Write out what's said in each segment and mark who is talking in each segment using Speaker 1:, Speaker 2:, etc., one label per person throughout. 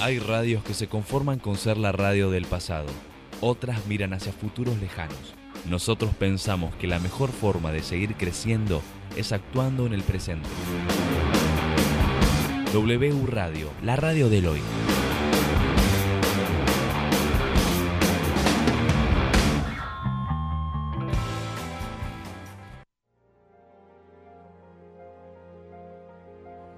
Speaker 1: Hay radios que se conforman con ser la radio del pasado, otras miran hacia futuros lejanos. Nosotros pensamos que la mejor forma de seguir creciendo es actuando en el presente. WU Radio, la radio del hoy.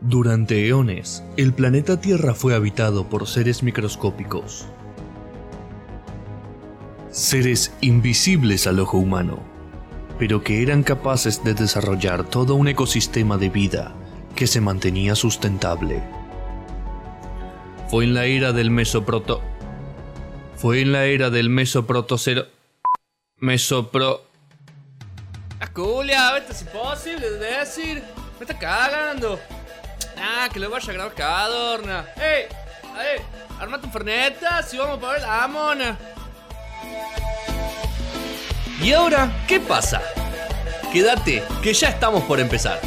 Speaker 2: Durante eones, el planeta Tierra fue habitado por seres microscópicos, seres invisibles al ojo humano, pero que eran capaces de desarrollar todo un ecosistema de vida que se mantenía sustentable. Fue en la era del mesoproto... Fue en la era del mesoprotocero... Mesopro...
Speaker 3: Ah, Julia, esto es imposible de decir. Me está cagando. Ah, que lo vaya a grabar cada adorna. ¡Ey! ¡Ey! Armate un ferneta si vamos para ver la mona.
Speaker 4: ¿Y ahora qué pasa? Quédate, que ya estamos por empezar.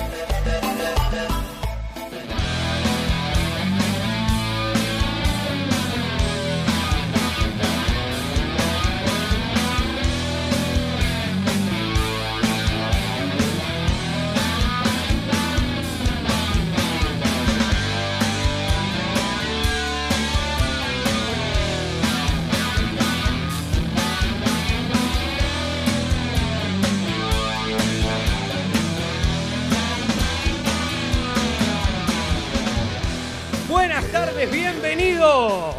Speaker 5: Buenas tardes, bienvenidos.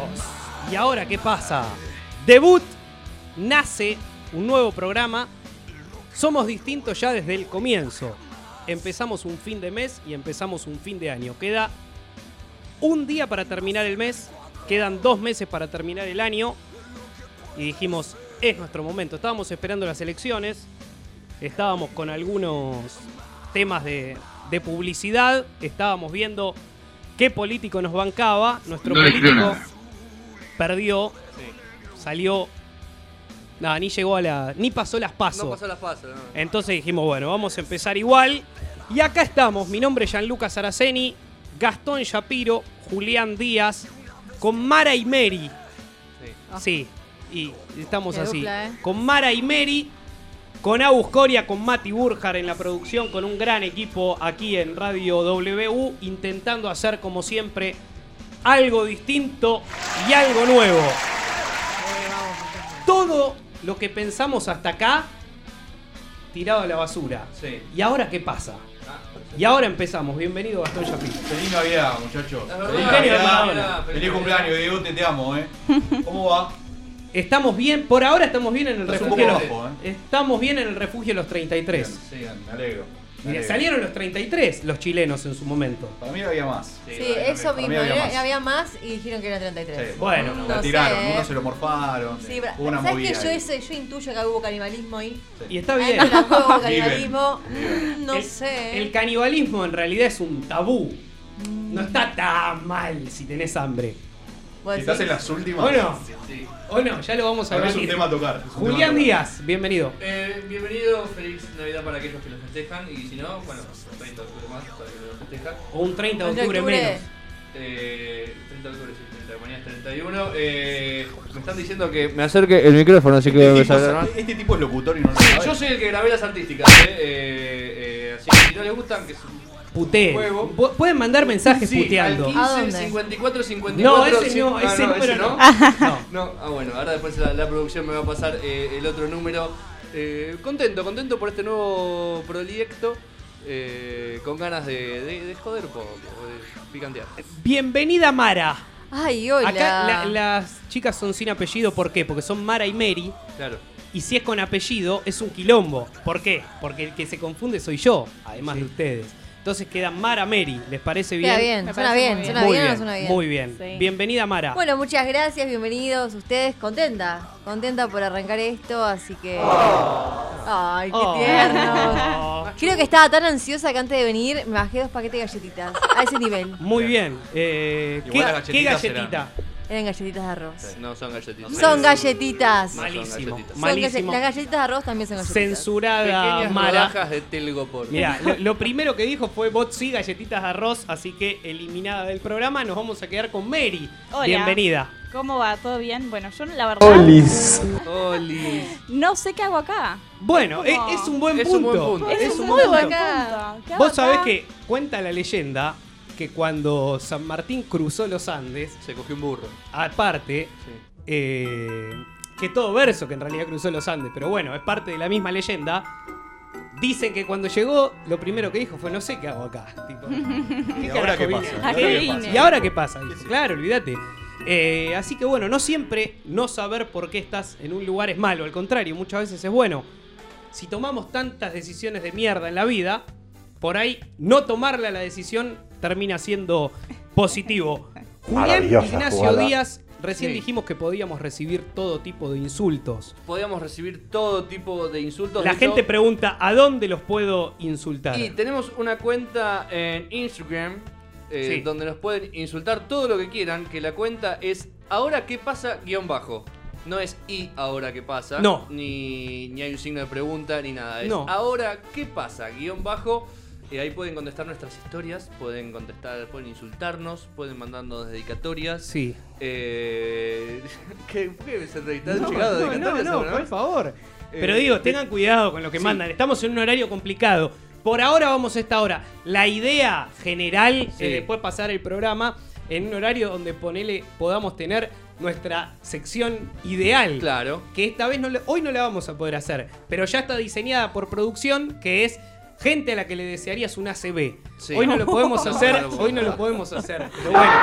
Speaker 5: ¿Y ahora qué pasa? Debut, nace un nuevo programa. Somos distintos ya desde el comienzo. Empezamos un fin de mes y empezamos un fin de año. Queda un día para terminar el mes, quedan dos meses para terminar el año. Y dijimos, es nuestro momento. Estábamos esperando las elecciones, estábamos con algunos temas de, de publicidad, estábamos viendo qué político nos bancaba. Nuestro
Speaker 6: No le creo
Speaker 5: político
Speaker 6: nada.
Speaker 5: perdió, salió. Nada, ni llegó a la. ni pasó las pasos.
Speaker 3: No pasó las pasos, no.
Speaker 5: Entonces dijimos, bueno, vamos a empezar igual. Y acá estamos. Mi nombre es Gianluca Saraceni, Gastón Shapiro, Julián Díaz, con Mara y Mary. Sí, y estamos
Speaker 7: Qué
Speaker 5: así.
Speaker 7: dupla, ¿eh?
Speaker 5: Con Mara y Mary, con Agus Coria, con Mati Burjar en la producción, con un gran equipo aquí en Radio W, intentando hacer, como siempre, algo distinto y algo nuevo. Todo lo que pensamos hasta acá, tirado a la basura.
Speaker 8: Sí. Ah,
Speaker 5: ¿Y ahora qué pasa? Y ahora empezamos. Bienvenido, Gastón Shapiro.
Speaker 8: Feliz Navidad, muchachos. Feliz
Speaker 5: verdad,
Speaker 8: Navidad.
Speaker 5: Navidad, Maradona.
Speaker 8: Feliz cumpleaños, Diego, te, te amo, eh. ¿Cómo va?
Speaker 5: Estamos bien, por ahora estamos bien en el
Speaker 8: Estás un
Speaker 5: refugio.
Speaker 8: poco
Speaker 5: de los-
Speaker 8: bajo, ¿eh?
Speaker 5: Estamos bien en el refugio de los 33.
Speaker 8: Sigan, me alegro.
Speaker 5: Mira,
Speaker 8: me alegro.
Speaker 5: salieron los 33 los chilenos en su momento.
Speaker 8: Para mí había más.
Speaker 7: Sí, eso
Speaker 8: para mí
Speaker 7: mismo.
Speaker 8: había
Speaker 7: Había
Speaker 8: más.
Speaker 7: más. había más y dijeron que era 33.
Speaker 8: Sí,
Speaker 5: Bueno.
Speaker 8: uno
Speaker 7: No
Speaker 8: la tiraron,
Speaker 7: sé,
Speaker 8: uno
Speaker 7: eh.
Speaker 8: se lo morfaron.
Speaker 7: Sí, pero
Speaker 8: Hubo una
Speaker 7: ¿sabes
Speaker 8: movida.
Speaker 7: que yo,
Speaker 8: ahí.
Speaker 7: ese, yo intuyo que hubo canibalismo ahí?
Speaker 5: Y está
Speaker 7: Ahí
Speaker 5: bien.
Speaker 7: con la huevo,
Speaker 8: Viven.
Speaker 7: canibalismo. mm, No
Speaker 5: El-
Speaker 7: sé.
Speaker 5: El canibalismo en realidad es un tabú. No está tan mal si tenés hambre.
Speaker 7: ¿Vos
Speaker 8: Si estás
Speaker 7: decís?
Speaker 8: en las últimas.
Speaker 5: ¿O no?
Speaker 3: Sí.
Speaker 5: ¿O no? Ya lo vamos a
Speaker 8: Ahora
Speaker 5: ver.
Speaker 8: es un tema a tocar. es un
Speaker 5: Julián
Speaker 8: tema a tocar.
Speaker 5: Díaz, bienvenido.
Speaker 3: Eh, bienvenido, feliz Navidad para aquellos que lo festejan. Y si no, bueno, 30 de octubre más para que lo festejan.
Speaker 5: O un 30 de
Speaker 7: Entre
Speaker 5: octubre menos.
Speaker 3: Eh, 30 de octubre, sí, 30, mañana es 31. Eh, me están diciendo que me acerque el micrófono, así que voy a
Speaker 8: Este,
Speaker 3: empezar a
Speaker 8: tipo,
Speaker 3: grabar.
Speaker 8: es- este tipo es locutor y no lo sabe.
Speaker 3: Yo soy el que grabé las artísticas, eh, eh, eh, así que si no les gustan, que su-
Speaker 5: Puté.
Speaker 3: Juego.
Speaker 5: Pu- Pueden mandar mensajes
Speaker 3: Sí,
Speaker 5: puteando.
Speaker 3: al
Speaker 7: ¿A
Speaker 3: 15,
Speaker 7: dónde?
Speaker 3: 54, 54.
Speaker 5: No, ese no,
Speaker 3: cin- ah,
Speaker 5: ese
Speaker 3: no,
Speaker 5: número no. No.
Speaker 3: No, ah, bueno, ahora después la, la producción me va a pasar eh, el otro número. Eh, contento, contento por este nuevo proyecto. eh, con ganas de, de- de joder un poco, de picantear.
Speaker 5: Bienvenida Mara.
Speaker 7: Ay, hola.
Speaker 5: Acá la- las chicas son sin apellido, ¿por qué? Porque son Mara y Mary.
Speaker 3: Claro.
Speaker 5: Y si es con apellido, es un quilombo. ¿Por qué? Porque el que se confunde soy yo, además de ustedes. Entonces queda Mara Mary. ¿Les parece bien?
Speaker 7: Queda bien,
Speaker 9: Me
Speaker 7: suena
Speaker 9: parece
Speaker 7: bien,
Speaker 9: muy
Speaker 7: suena
Speaker 5: muy
Speaker 7: bien o
Speaker 5: bien,
Speaker 7: no suena bien.
Speaker 5: Muy bien.
Speaker 9: Sí.
Speaker 5: Bienvenida Mara.
Speaker 7: Bueno, muchas gracias, bienvenidos ustedes. Contenta, contenta por arrancar esto, así que. Ay, qué
Speaker 5: Oh.
Speaker 7: tierno.
Speaker 5: Oh.
Speaker 7: Creo que estaba tan ansiosa que antes de venir me bajé dos paquetes de galletitas. A ese nivel.
Speaker 5: Muy bien. Eh, ¿Qué,
Speaker 3: Igual las
Speaker 5: qué
Speaker 3: galletitas
Speaker 5: galletita?
Speaker 7: Eran galletitas de arroz.
Speaker 3: No son galletitas.
Speaker 7: Son galletitas.
Speaker 3: No son
Speaker 5: Malísimo.
Speaker 3: galletitas.
Speaker 7: Son
Speaker 5: Malísimo.
Speaker 7: galle- las galletitas de arroz también son galletitas.
Speaker 5: Censurada
Speaker 3: Pequeñas
Speaker 5: Mara.
Speaker 3: rodajas de telgopor.
Speaker 5: Mira, lo, lo primero que dijo fue Bot sí, galletitas de arroz, así que eliminada del programa, nos vamos a quedar con Mary.
Speaker 9: Hola.
Speaker 5: Bienvenida.
Speaker 9: ¿Cómo va? ¿Todo bien? Bueno, yo la verdad
Speaker 3: Oli.
Speaker 9: no sé qué hago acá.
Speaker 5: Bueno, e-
Speaker 9: como-
Speaker 5: es, un buen
Speaker 3: Es
Speaker 5: punto.
Speaker 3: un buen punto.
Speaker 7: Es
Speaker 5: un buen
Speaker 7: un muy
Speaker 5: punto.
Speaker 7: buen Acá.
Speaker 9: Punto. ¿Qué hago
Speaker 5: Vos sabés
Speaker 9: acá?
Speaker 5: que cuenta la leyenda que cuando San Martín cruzó los Andes,
Speaker 3: Se cogió un burro.
Speaker 5: aparte, eh, que todo verso que en realidad cruzó los Andes, pero bueno, es parte de la misma leyenda, dicen que cuando llegó lo primero que dijo fue no sé qué hago acá. Tipo,
Speaker 8: ¿Y ahora
Speaker 5: carajo
Speaker 8: qué
Speaker 5: vine?
Speaker 8: pasa?
Speaker 9: ¿A
Speaker 8: ¿Y
Speaker 9: qué
Speaker 8: ahora
Speaker 9: vine?
Speaker 5: ¿Y ahora qué pasa? Dice, claro, olvídate. Eh, así que bueno, no siempre no saber por qué estás en un lugar es malo, al contrario, muchas veces es bueno. Si tomamos tantas decisiones de mierda en la vida, por ahí no tomarla la decisión termina siendo positivo. Julián
Speaker 10: Maravillosa
Speaker 5: Ignacio
Speaker 10: jugada.
Speaker 5: Díaz, recién
Speaker 3: Sí.
Speaker 5: dijimos que podíamos recibir todo tipo de insultos.
Speaker 3: Podíamos recibir todo tipo de insultos.
Speaker 5: La
Speaker 3: de hecho,
Speaker 5: gente pregunta, ¿a dónde los puedo insultar?
Speaker 3: Y tenemos una cuenta en Instagram eh,
Speaker 5: Sí.
Speaker 3: donde nos pueden insultar todo lo que quieran, que la cuenta es ahora qué pasa guión bajo. No es y ahora qué pasa.
Speaker 5: No.
Speaker 3: Ni, ni hay un signo de pregunta ni nada. Es
Speaker 5: No.
Speaker 3: ahora qué pasa guión bajo. Eh, ahí pueden contestar nuestras historias, pueden contestar, pueden insultarnos, pueden mandarnos dedicatorias.
Speaker 5: Sí.
Speaker 3: Eh, ¿qué, ¿Por qué me sonreí? ¿Te han
Speaker 5: No,
Speaker 3: llegado
Speaker 5: no, no,
Speaker 3: dedicatorias
Speaker 5: no,
Speaker 3: alguna
Speaker 5: por
Speaker 3: vez?
Speaker 5: favor. Pero
Speaker 3: Eh,
Speaker 5: digo, tengan cuidado con lo que
Speaker 3: sí.
Speaker 5: mandan. Estamos en un horario complicado. Por ahora vamos a esta hora. La idea general
Speaker 3: Sí.
Speaker 5: es después pasar el programa en un horario donde ponele, podamos tener nuestra sección ideal.
Speaker 3: Claro.
Speaker 5: Que esta vez no le- hoy no la vamos a poder hacer. Pero ya está diseñada por producción, que es gente a la que le desearías una CB.
Speaker 3: Sí.
Speaker 5: Hoy no lo podemos
Speaker 3: No,
Speaker 5: hacer,
Speaker 3: no lo podemos
Speaker 5: hoy no lo
Speaker 3: hacer.
Speaker 5: podemos hacer. Pero bueno,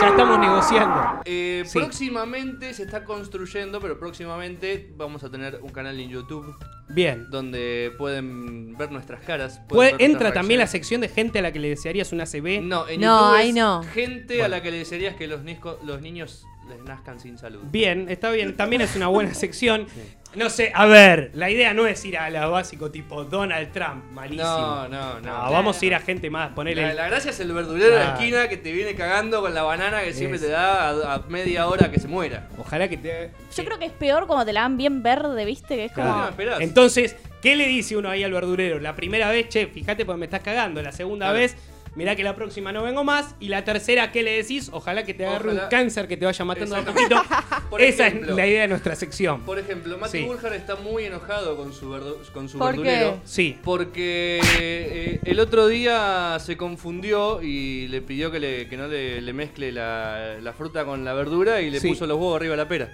Speaker 5: ya estamos negociando.
Speaker 3: Eh,
Speaker 5: Sí.
Speaker 3: Próximamente se está construyendo, pero próximamente vamos a tener un canal en YouTube
Speaker 5: Bien.
Speaker 3: donde pueden ver nuestras caras.
Speaker 5: Puede-
Speaker 3: pueden ver
Speaker 5: entra
Speaker 3: nuestras
Speaker 5: también la
Speaker 3: reacciones.
Speaker 5: sección de gente a la que le desearías una CB.
Speaker 3: No, en
Speaker 7: No,
Speaker 3: YouTube
Speaker 7: ahí
Speaker 3: es
Speaker 7: no.
Speaker 3: Gente a
Speaker 5: Bueno.
Speaker 3: la que le desearías que los, nisco- los niños les nazcan sin salud.
Speaker 5: Bien, está bien. También es una buena sección. No sé, a ver, la idea no es ir a la básico tipo Donald Trump, malísimo.
Speaker 3: No, no, no.
Speaker 5: No, Ah, vamos a ir a gente más, ponerle.
Speaker 3: La, la gracia es el verdulero de la
Speaker 5: Claro.
Speaker 3: esquina que te viene cagando con la banana que siempre
Speaker 5: Es.
Speaker 3: te da a, a media hora que se muera.
Speaker 5: Ojalá que te.
Speaker 9: Yo creo que es peor cuando te la dan bien verde, ¿viste? Que es como.
Speaker 5: Claro.
Speaker 3: No, esperás.
Speaker 5: Entonces, ¿qué le dice uno ahí al verdurero? La primera vez, che, fíjate porque me estás cagando. La segunda
Speaker 3: Claro.
Speaker 5: vez, mirá que la próxima no vengo más. Y la tercera, ¿qué le decís? Ojalá que te agarre un
Speaker 3: Ojalá.
Speaker 5: cáncer que te vaya matando de a
Speaker 3: Exactamente.
Speaker 5: poquito.
Speaker 3: Por
Speaker 5: Esa
Speaker 3: ejemplo.
Speaker 5: es la idea de nuestra sección.
Speaker 3: Por ejemplo, Mati
Speaker 5: Sí.
Speaker 3: Bulger está muy enojado con su, verdu- con su
Speaker 7: ¿Por qué?
Speaker 3: verdulero.
Speaker 5: Sí.
Speaker 3: Porque eh, el otro día se confundió y le pidió que, le- que no le, le mezcle la, la fruta con la verdura y le
Speaker 5: Sí.
Speaker 3: puso los huevos arriba de la pera.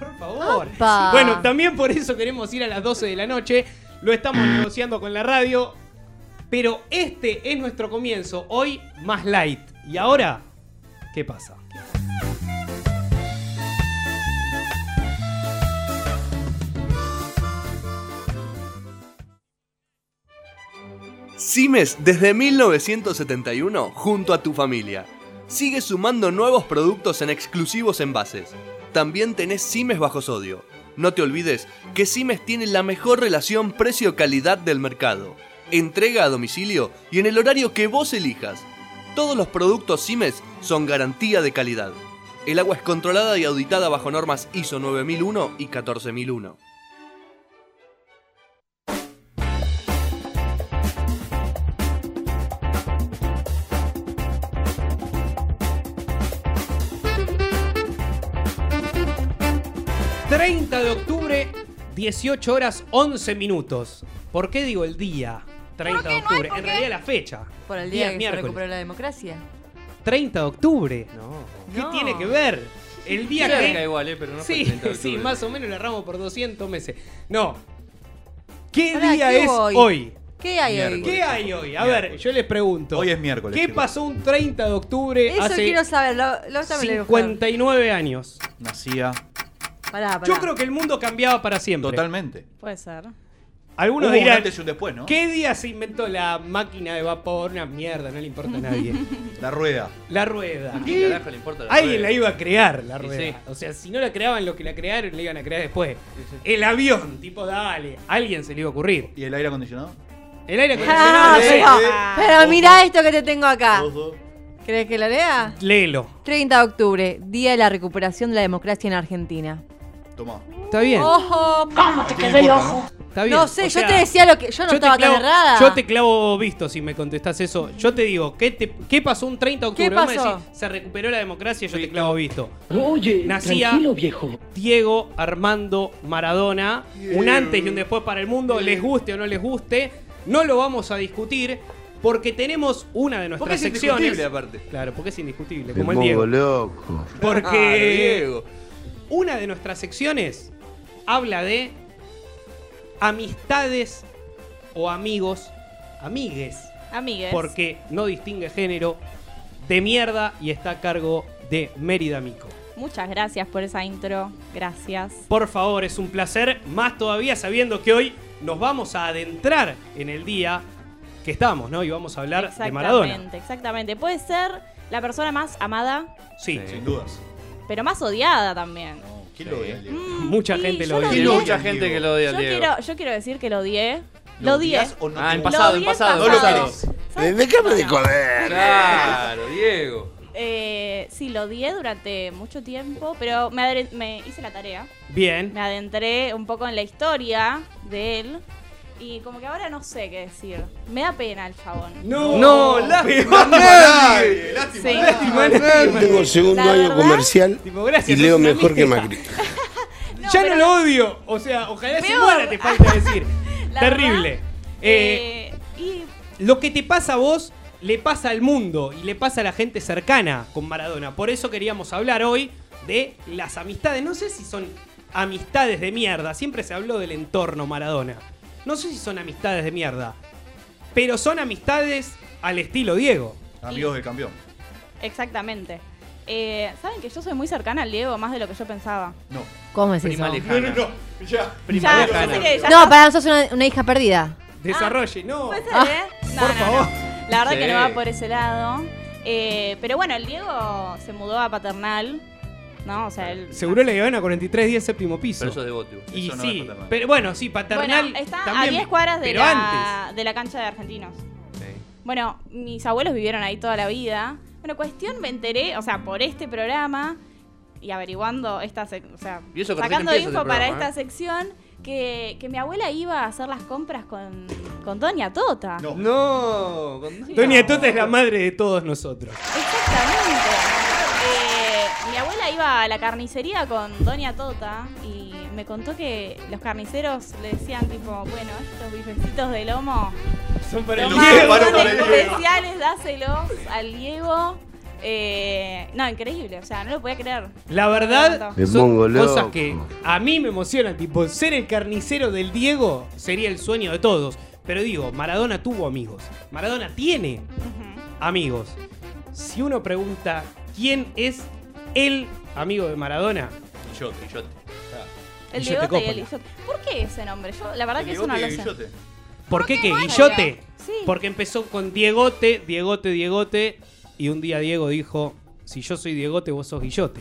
Speaker 5: Por favor.
Speaker 7: Opa.
Speaker 5: Bueno, también por eso queremos ir a las 12 de la noche. Lo estamos negociando con la radio. Pero este es nuestro comienzo. Hoy más light. Y ahora, ¿qué pasa?
Speaker 11: Simes desde 1971 junto a tu familia. Sigue sumando nuevos productos en exclusivos envases. También tenés Simes bajo sodio. No te olvides que Simes tiene la mejor relación precio-calidad del mercado. Entrega a domicilio y en el horario que vos elijas. Todos los productos Simes son garantía de calidad. El agua es controlada y auditada bajo normas ISO 9001 y 14001.
Speaker 5: Bien. 30 de octubre, 18 horas 11 minutos. ¿Por qué digo el día 30 de octubre? en realidad la fecha.
Speaker 7: Por el día,
Speaker 5: Día
Speaker 7: que se
Speaker 5: miércoles.
Speaker 7: recuperó la democracia.
Speaker 5: 30 de octubre. ¿Qué
Speaker 7: No.
Speaker 5: tiene que ver? El día
Speaker 3: Cerca
Speaker 5: que...
Speaker 3: igual, eh, pero no fue el
Speaker 5: Sí,
Speaker 3: 30 de
Speaker 5: sí,
Speaker 3: octubre.
Speaker 5: más o menos le erramos por 200 meses. No. ¿Qué
Speaker 7: Pará,
Speaker 5: día
Speaker 7: ¿qué
Speaker 5: es
Speaker 7: hubo
Speaker 5: hoy?
Speaker 7: hoy? ¿Qué hay hoy?
Speaker 8: Miércoles.
Speaker 5: ¿Qué hay hoy? A ver, yo les pregunto.
Speaker 8: Hoy es miércoles,
Speaker 5: ¿Qué
Speaker 8: chicos.
Speaker 5: pasó un 30 de octubre
Speaker 7: Eso
Speaker 5: hace
Speaker 7: quiero saber. Lo, lo otra me lo voy a buscar.
Speaker 5: 59 años?
Speaker 8: Nacía
Speaker 7: Pará, pará.
Speaker 5: Yo creo que Eh, el mundo cambiaba para siempre.
Speaker 8: totalmente.
Speaker 9: Puede ser.
Speaker 5: Algunos
Speaker 8: Hubo un
Speaker 5: dirán,
Speaker 8: antes y un después, ¿no?
Speaker 5: ¿qué día se inventó la máquina de vapor? Una mierda, no le importa a nadie.
Speaker 8: La rueda.
Speaker 5: La rueda.
Speaker 3: ¿A quién carajo le importa la
Speaker 5: Alguien
Speaker 3: rueda?
Speaker 5: la iba a crear, la
Speaker 3: Y
Speaker 5: rueda.
Speaker 3: sí.
Speaker 5: O sea, si no la creaban los que la crearon, la iban a crear después. El avión, tipo, dale, a alguien se le iba a ocurrir.
Speaker 8: ¿Y el aire acondicionado?
Speaker 5: El aire acondicionado.
Speaker 7: Ah,
Speaker 5: no sé. Ah.
Speaker 7: pero, pero mira esto que te tengo acá.
Speaker 8: Dos, dos.
Speaker 7: ¿Crees que lo lea?
Speaker 5: Léelo.
Speaker 7: 30 de octubre, Día de la Recuperación de la Democracia en Argentina.
Speaker 8: Tomá.
Speaker 5: Está bien.
Speaker 7: ¡Ojo!
Speaker 8: ¿Cómo te quedó el ojo?
Speaker 5: Está bien.
Speaker 7: oh, No sé,
Speaker 5: O
Speaker 7: yo
Speaker 5: sea,
Speaker 7: te decía lo que. Yo
Speaker 5: yo
Speaker 7: no
Speaker 5: te
Speaker 7: estaba
Speaker 5: clavo-
Speaker 7: tan errada.
Speaker 5: Yo te clavo visto si me contestás eso. Yo te digo, ¿qué, te- qué pasó un 30 de octubre?
Speaker 7: ¿Qué
Speaker 5: Vos me
Speaker 7: pasó?
Speaker 5: decís, se recuperó la democracia, yo te clavo visto.
Speaker 12: Oye,
Speaker 5: Nacía-
Speaker 12: tranquilo viejo.
Speaker 5: Diego Armando Maradona, un antes y un después para el mundo, les guste o no les guste, no lo vamos a discutir porque tenemos una de
Speaker 3: Porque
Speaker 5: nuestras
Speaker 3: es
Speaker 5: secciones.
Speaker 3: indiscutible aparte.
Speaker 5: Claro, porque es indiscutible, como el Diego.
Speaker 13: loco.
Speaker 3: Ah,
Speaker 5: Porque
Speaker 3: Diego.
Speaker 5: una de nuestras secciones habla de amistades o amigos, amigues,
Speaker 9: Amigues.
Speaker 5: porque no distingue género de mierda y está a cargo de Mérida Mico.
Speaker 9: Muchas gracias por esa intro. Gracias.
Speaker 5: Por favor, es un placer, más todavía sabiendo que hoy nos vamos a adentrar en el día que estamos, ¿no? Y vamos a hablar de Maradona.
Speaker 9: Exactamente, exactamente. Puede ser la persona más amada,
Speaker 5: Sí,
Speaker 8: Sin dudas.
Speaker 9: pero más odiada también.
Speaker 8: No, ¿Quién lo odia? Diego?
Speaker 9: Mm,
Speaker 5: mucha
Speaker 9: sí,
Speaker 5: gente
Speaker 9: yo
Speaker 5: lo
Speaker 9: lo
Speaker 5: odia.
Speaker 3: Y
Speaker 9: odié.
Speaker 8: Diego.
Speaker 3: mucha gente que lo odia al
Speaker 9: Yo
Speaker 3: Diego.
Speaker 9: quiero, yo quiero decir que lo odié.
Speaker 8: ¿Lo
Speaker 9: Lo odié.
Speaker 8: odias o no
Speaker 3: Ah,
Speaker 8: te
Speaker 3: en
Speaker 8: gusta?
Speaker 3: pasado,
Speaker 9: Lo
Speaker 3: en
Speaker 9: vi en
Speaker 3: pasado.
Speaker 8: No lo
Speaker 9: pasado.
Speaker 8: querés.
Speaker 9: ¿Sabes
Speaker 13: Déjame
Speaker 9: qué
Speaker 13: de
Speaker 9: pasa?
Speaker 13: joder.
Speaker 3: Claro, Diego.
Speaker 9: Eh, sí, lo odié durante mucho tiempo, pero me, adre- me hice la tarea.
Speaker 5: Bien.
Speaker 9: Me adentré un poco en la historia de él. Y como que ahora no sé qué decir. Me da pena el chabón.
Speaker 5: No,
Speaker 3: lástima a nadie.
Speaker 9: Sí.
Speaker 13: Yo tengo el segundo
Speaker 9: La
Speaker 13: año
Speaker 9: verdad-
Speaker 13: comercial
Speaker 5: Tipo, gracias,
Speaker 13: y
Speaker 5: sos
Speaker 13: leo
Speaker 5: una
Speaker 13: mejor que
Speaker 5: mística.
Speaker 13: Macri.
Speaker 9: No,
Speaker 5: ya no
Speaker 9: pero-
Speaker 5: lo odio. O sea, ojalá se
Speaker 9: Peor.
Speaker 5: muera, te falta decir.
Speaker 9: La
Speaker 5: Terrible.
Speaker 9: verdad,
Speaker 5: Eh,
Speaker 9: eh, y
Speaker 5: lo que te pasa a vos le pasa al mundo y le pasa a la gente cercana con Maradona. Por eso queríamos hablar hoy de las amistades. No sé si son amistades de mierda. Siempre se habló del entorno Maradona. No sé si son amistades de mierda. Pero son amistades al estilo Diego.
Speaker 8: Amigos del campeón.
Speaker 9: exactamente. Eh, Saben que yo soy muy cercana al Diego, más de lo que yo pensaba.
Speaker 8: No.
Speaker 7: ¿Cómo es
Speaker 3: Prima
Speaker 7: eso?
Speaker 3: lejana.
Speaker 8: no. Ya.
Speaker 9: Ya, yo sé que ya
Speaker 7: No,
Speaker 9: está-
Speaker 7: para sos una, una hija perdida.
Speaker 9: Ah,
Speaker 5: Desarrolle, no.
Speaker 9: puede ser,
Speaker 7: Ah,
Speaker 9: ¿eh? No,
Speaker 5: por
Speaker 9: no, no.
Speaker 5: favor.
Speaker 9: La verdad
Speaker 3: Sí.
Speaker 9: que no va por ese lado. Eh, pero bueno, el Diego se mudó a Paternal. ¿No? O sea, él.
Speaker 5: Seguro le iban a 43 días séptimo piso.
Speaker 3: Pero eso es de Botiu.
Speaker 5: y
Speaker 8: eso no
Speaker 5: sí,
Speaker 8: es paternal.
Speaker 5: pero bueno, sí, paternal.
Speaker 9: Bueno, está a
Speaker 5: también,
Speaker 9: 10 cuadras de
Speaker 5: pero antes.
Speaker 9: la, de la cancha de argentinos.
Speaker 3: Sí.
Speaker 9: Bueno, mis abuelos vivieron ahí toda la vida. Bueno, cuestión me enteré, o sea, por este programa y averiguando esta, sec- o sea,
Speaker 3: Y eso que recién
Speaker 9: sacando
Speaker 3: empieza
Speaker 9: info
Speaker 3: este
Speaker 9: para
Speaker 3: programa,
Speaker 9: esta sección, que, que mi abuela iba a hacer las compras con, con Doña Tota.
Speaker 8: No.
Speaker 3: No, con-
Speaker 5: Doña Tota es la madre de todos nosotros.
Speaker 9: Exactamente. Eh, mi abuela iba a la carnicería con Doña Tota y me contó que los carniceros le decían tipo, bueno, estos bifecitos de lomo
Speaker 5: Son para el
Speaker 9: Tomá,
Speaker 5: Diego.
Speaker 8: Paró
Speaker 9: son
Speaker 8: para el Diego.
Speaker 9: especiales, dáselos al Diego. Eh, no, increíble, o sea, no lo podía creer.
Speaker 5: La verdad,
Speaker 13: Me
Speaker 5: son
Speaker 13: pongo loco.
Speaker 5: cosas que a mí me emocionan. Tipo, ser el carnicero del Diego sería el sueño de todos. Pero digo, Maradona tuvo amigos. Maradona tiene
Speaker 9: Ujú.
Speaker 5: amigos. Si uno pregunta quién es el amigo de Maradona,
Speaker 3: Guillote, guillote.
Speaker 8: Ah.
Speaker 9: El
Speaker 5: Guillote
Speaker 9: Diegote y el
Speaker 5: Coppola.
Speaker 9: Guillote. ¿Por qué ese nombre? Yo, la verdad que eso no lo sé.
Speaker 8: Guillote.
Speaker 5: ¿por qué que Guillote?
Speaker 9: Sí.
Speaker 5: Porque empezó con Diegote, Diegote, Diegote. Y un día Diego dijo: Si yo soy Diegote, vos sos Guillote.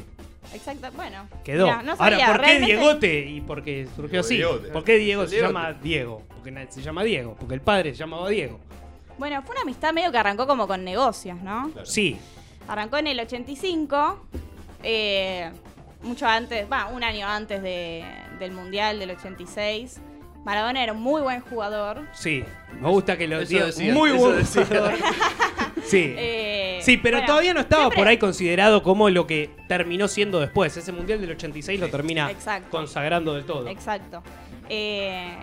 Speaker 9: Exacto, bueno.
Speaker 5: Quedó.
Speaker 9: Mirá, no sabía,
Speaker 5: Ahora, ¿por qué
Speaker 9: realmente-
Speaker 5: Diegote? Y porque surgió así.
Speaker 8: Diegote.
Speaker 5: ¿Por qué Diego se
Speaker 3: Diegote.
Speaker 5: llama Diego? Porque na- se llama Diego. Porque el padre se llamaba Diego.
Speaker 9: Bueno, fue una amistad medio que arrancó como con negocios, ¿no?
Speaker 8: Claro.
Speaker 5: Sí.
Speaker 9: Arrancó en el 85, eh, mucho antes, va, un año antes de- del Mundial del 86. Maradona era un muy buen jugador.
Speaker 5: Sí, me gusta que lo
Speaker 3: Eso
Speaker 5: diga.
Speaker 3: decían,
Speaker 5: Muy
Speaker 3: eso
Speaker 5: bueno.
Speaker 3: decían.
Speaker 5: Sí.
Speaker 9: Eh,
Speaker 5: sí, pero
Speaker 9: bueno,
Speaker 5: todavía no estaba
Speaker 9: siempre-
Speaker 5: por ahí considerado como lo que terminó siendo después. Ese mundial del 86 lo termina
Speaker 9: Exacto.
Speaker 5: consagrando del todo.
Speaker 9: Exacto. Eh,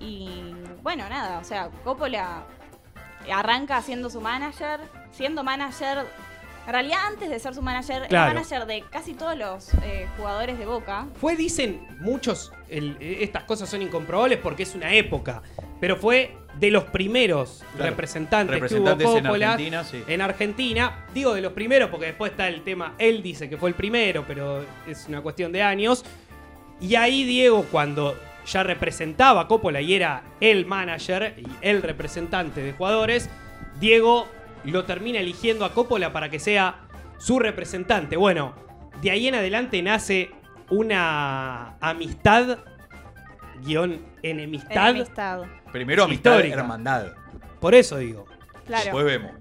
Speaker 9: y bueno, nada, o sea, Coppola arranca siendo su manager, siendo manager, en realidad antes de ser su manager,
Speaker 5: Claro.
Speaker 9: era manager de casi todos los eh, jugadores de Boca.
Speaker 5: Fue, dicen muchos, el- eh, estas cosas son incomprobables porque es una época, pero fue de los primeros
Speaker 8: Claro.
Speaker 5: representantes,
Speaker 8: Representantes
Speaker 5: que hubo
Speaker 8: en
Speaker 5: Coppola
Speaker 8: Argentina, sí.
Speaker 5: en Argentina. Digo de los primeros porque después está el tema, él dice que fue el primero, pero es una cuestión de años. Y ahí Diego, cuando ya representaba a Coppola y era el manager y el representante de jugadores, Diego lo termina eligiendo a Coppola para que sea su representante. Bueno, de ahí en adelante nace una amistad, guión enemistad.
Speaker 9: Enemistad.
Speaker 8: Primero amistad,
Speaker 5: Histórica.
Speaker 8: hermandad.
Speaker 5: Por eso digo.
Speaker 9: Claro.
Speaker 8: Después vemos.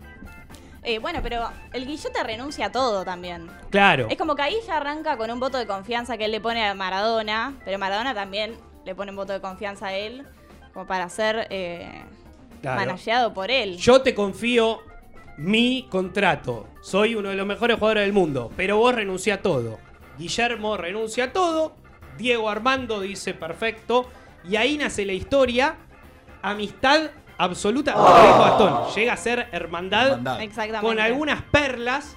Speaker 9: Eh, bueno, pero el Guillota renuncia a todo también.
Speaker 5: Claro.
Speaker 9: Es como que ahí ya arranca con un voto de confianza que él le pone a Maradona, pero Maradona también le pone un voto de confianza a él, como para ser eh,
Speaker 5: Claro.
Speaker 9: manageado por él.
Speaker 5: Yo te confío mi contrato. Soy uno de los mejores jugadores del mundo, pero vos renuncia a todo. Guillermo renuncia a todo. Diego Armando dice perfecto. Y ahí nace la historia. Amistad absoluta. Como dijo Gastón, llega a ser hermandad
Speaker 8: Hermandad.
Speaker 9: Exactamente.
Speaker 5: con algunas perlas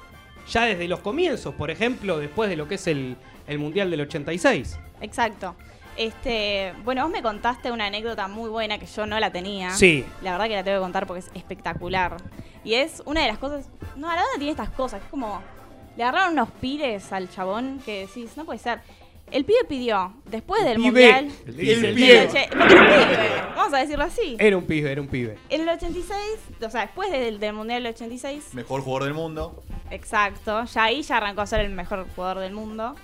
Speaker 5: ya desde los comienzos. Por ejemplo, después de lo que es el, el Mundial del 86.
Speaker 9: Exacto. Este, bueno, vos me contaste una anécdota muy buena que yo no la tenía.
Speaker 5: Sí.
Speaker 9: La verdad que la tengo que contar porque es espectacular. Y es una de las cosas. No, Maradona tiene estas cosas. que Es como. Le agarraron unos pires al chabón que decís, no puede ser. El pibe pidió, después del mundial.
Speaker 8: El
Speaker 9: del oche- porque era un pibe, Vamos a decirlo así.
Speaker 5: Era un pibe, era un pibe.
Speaker 9: En el 86, o sea, después del, del mundial del 86,
Speaker 8: Mejor jugador del mundo.
Speaker 9: Exacto, ya ahí ya arrancó a ser el mejor jugador del mundo.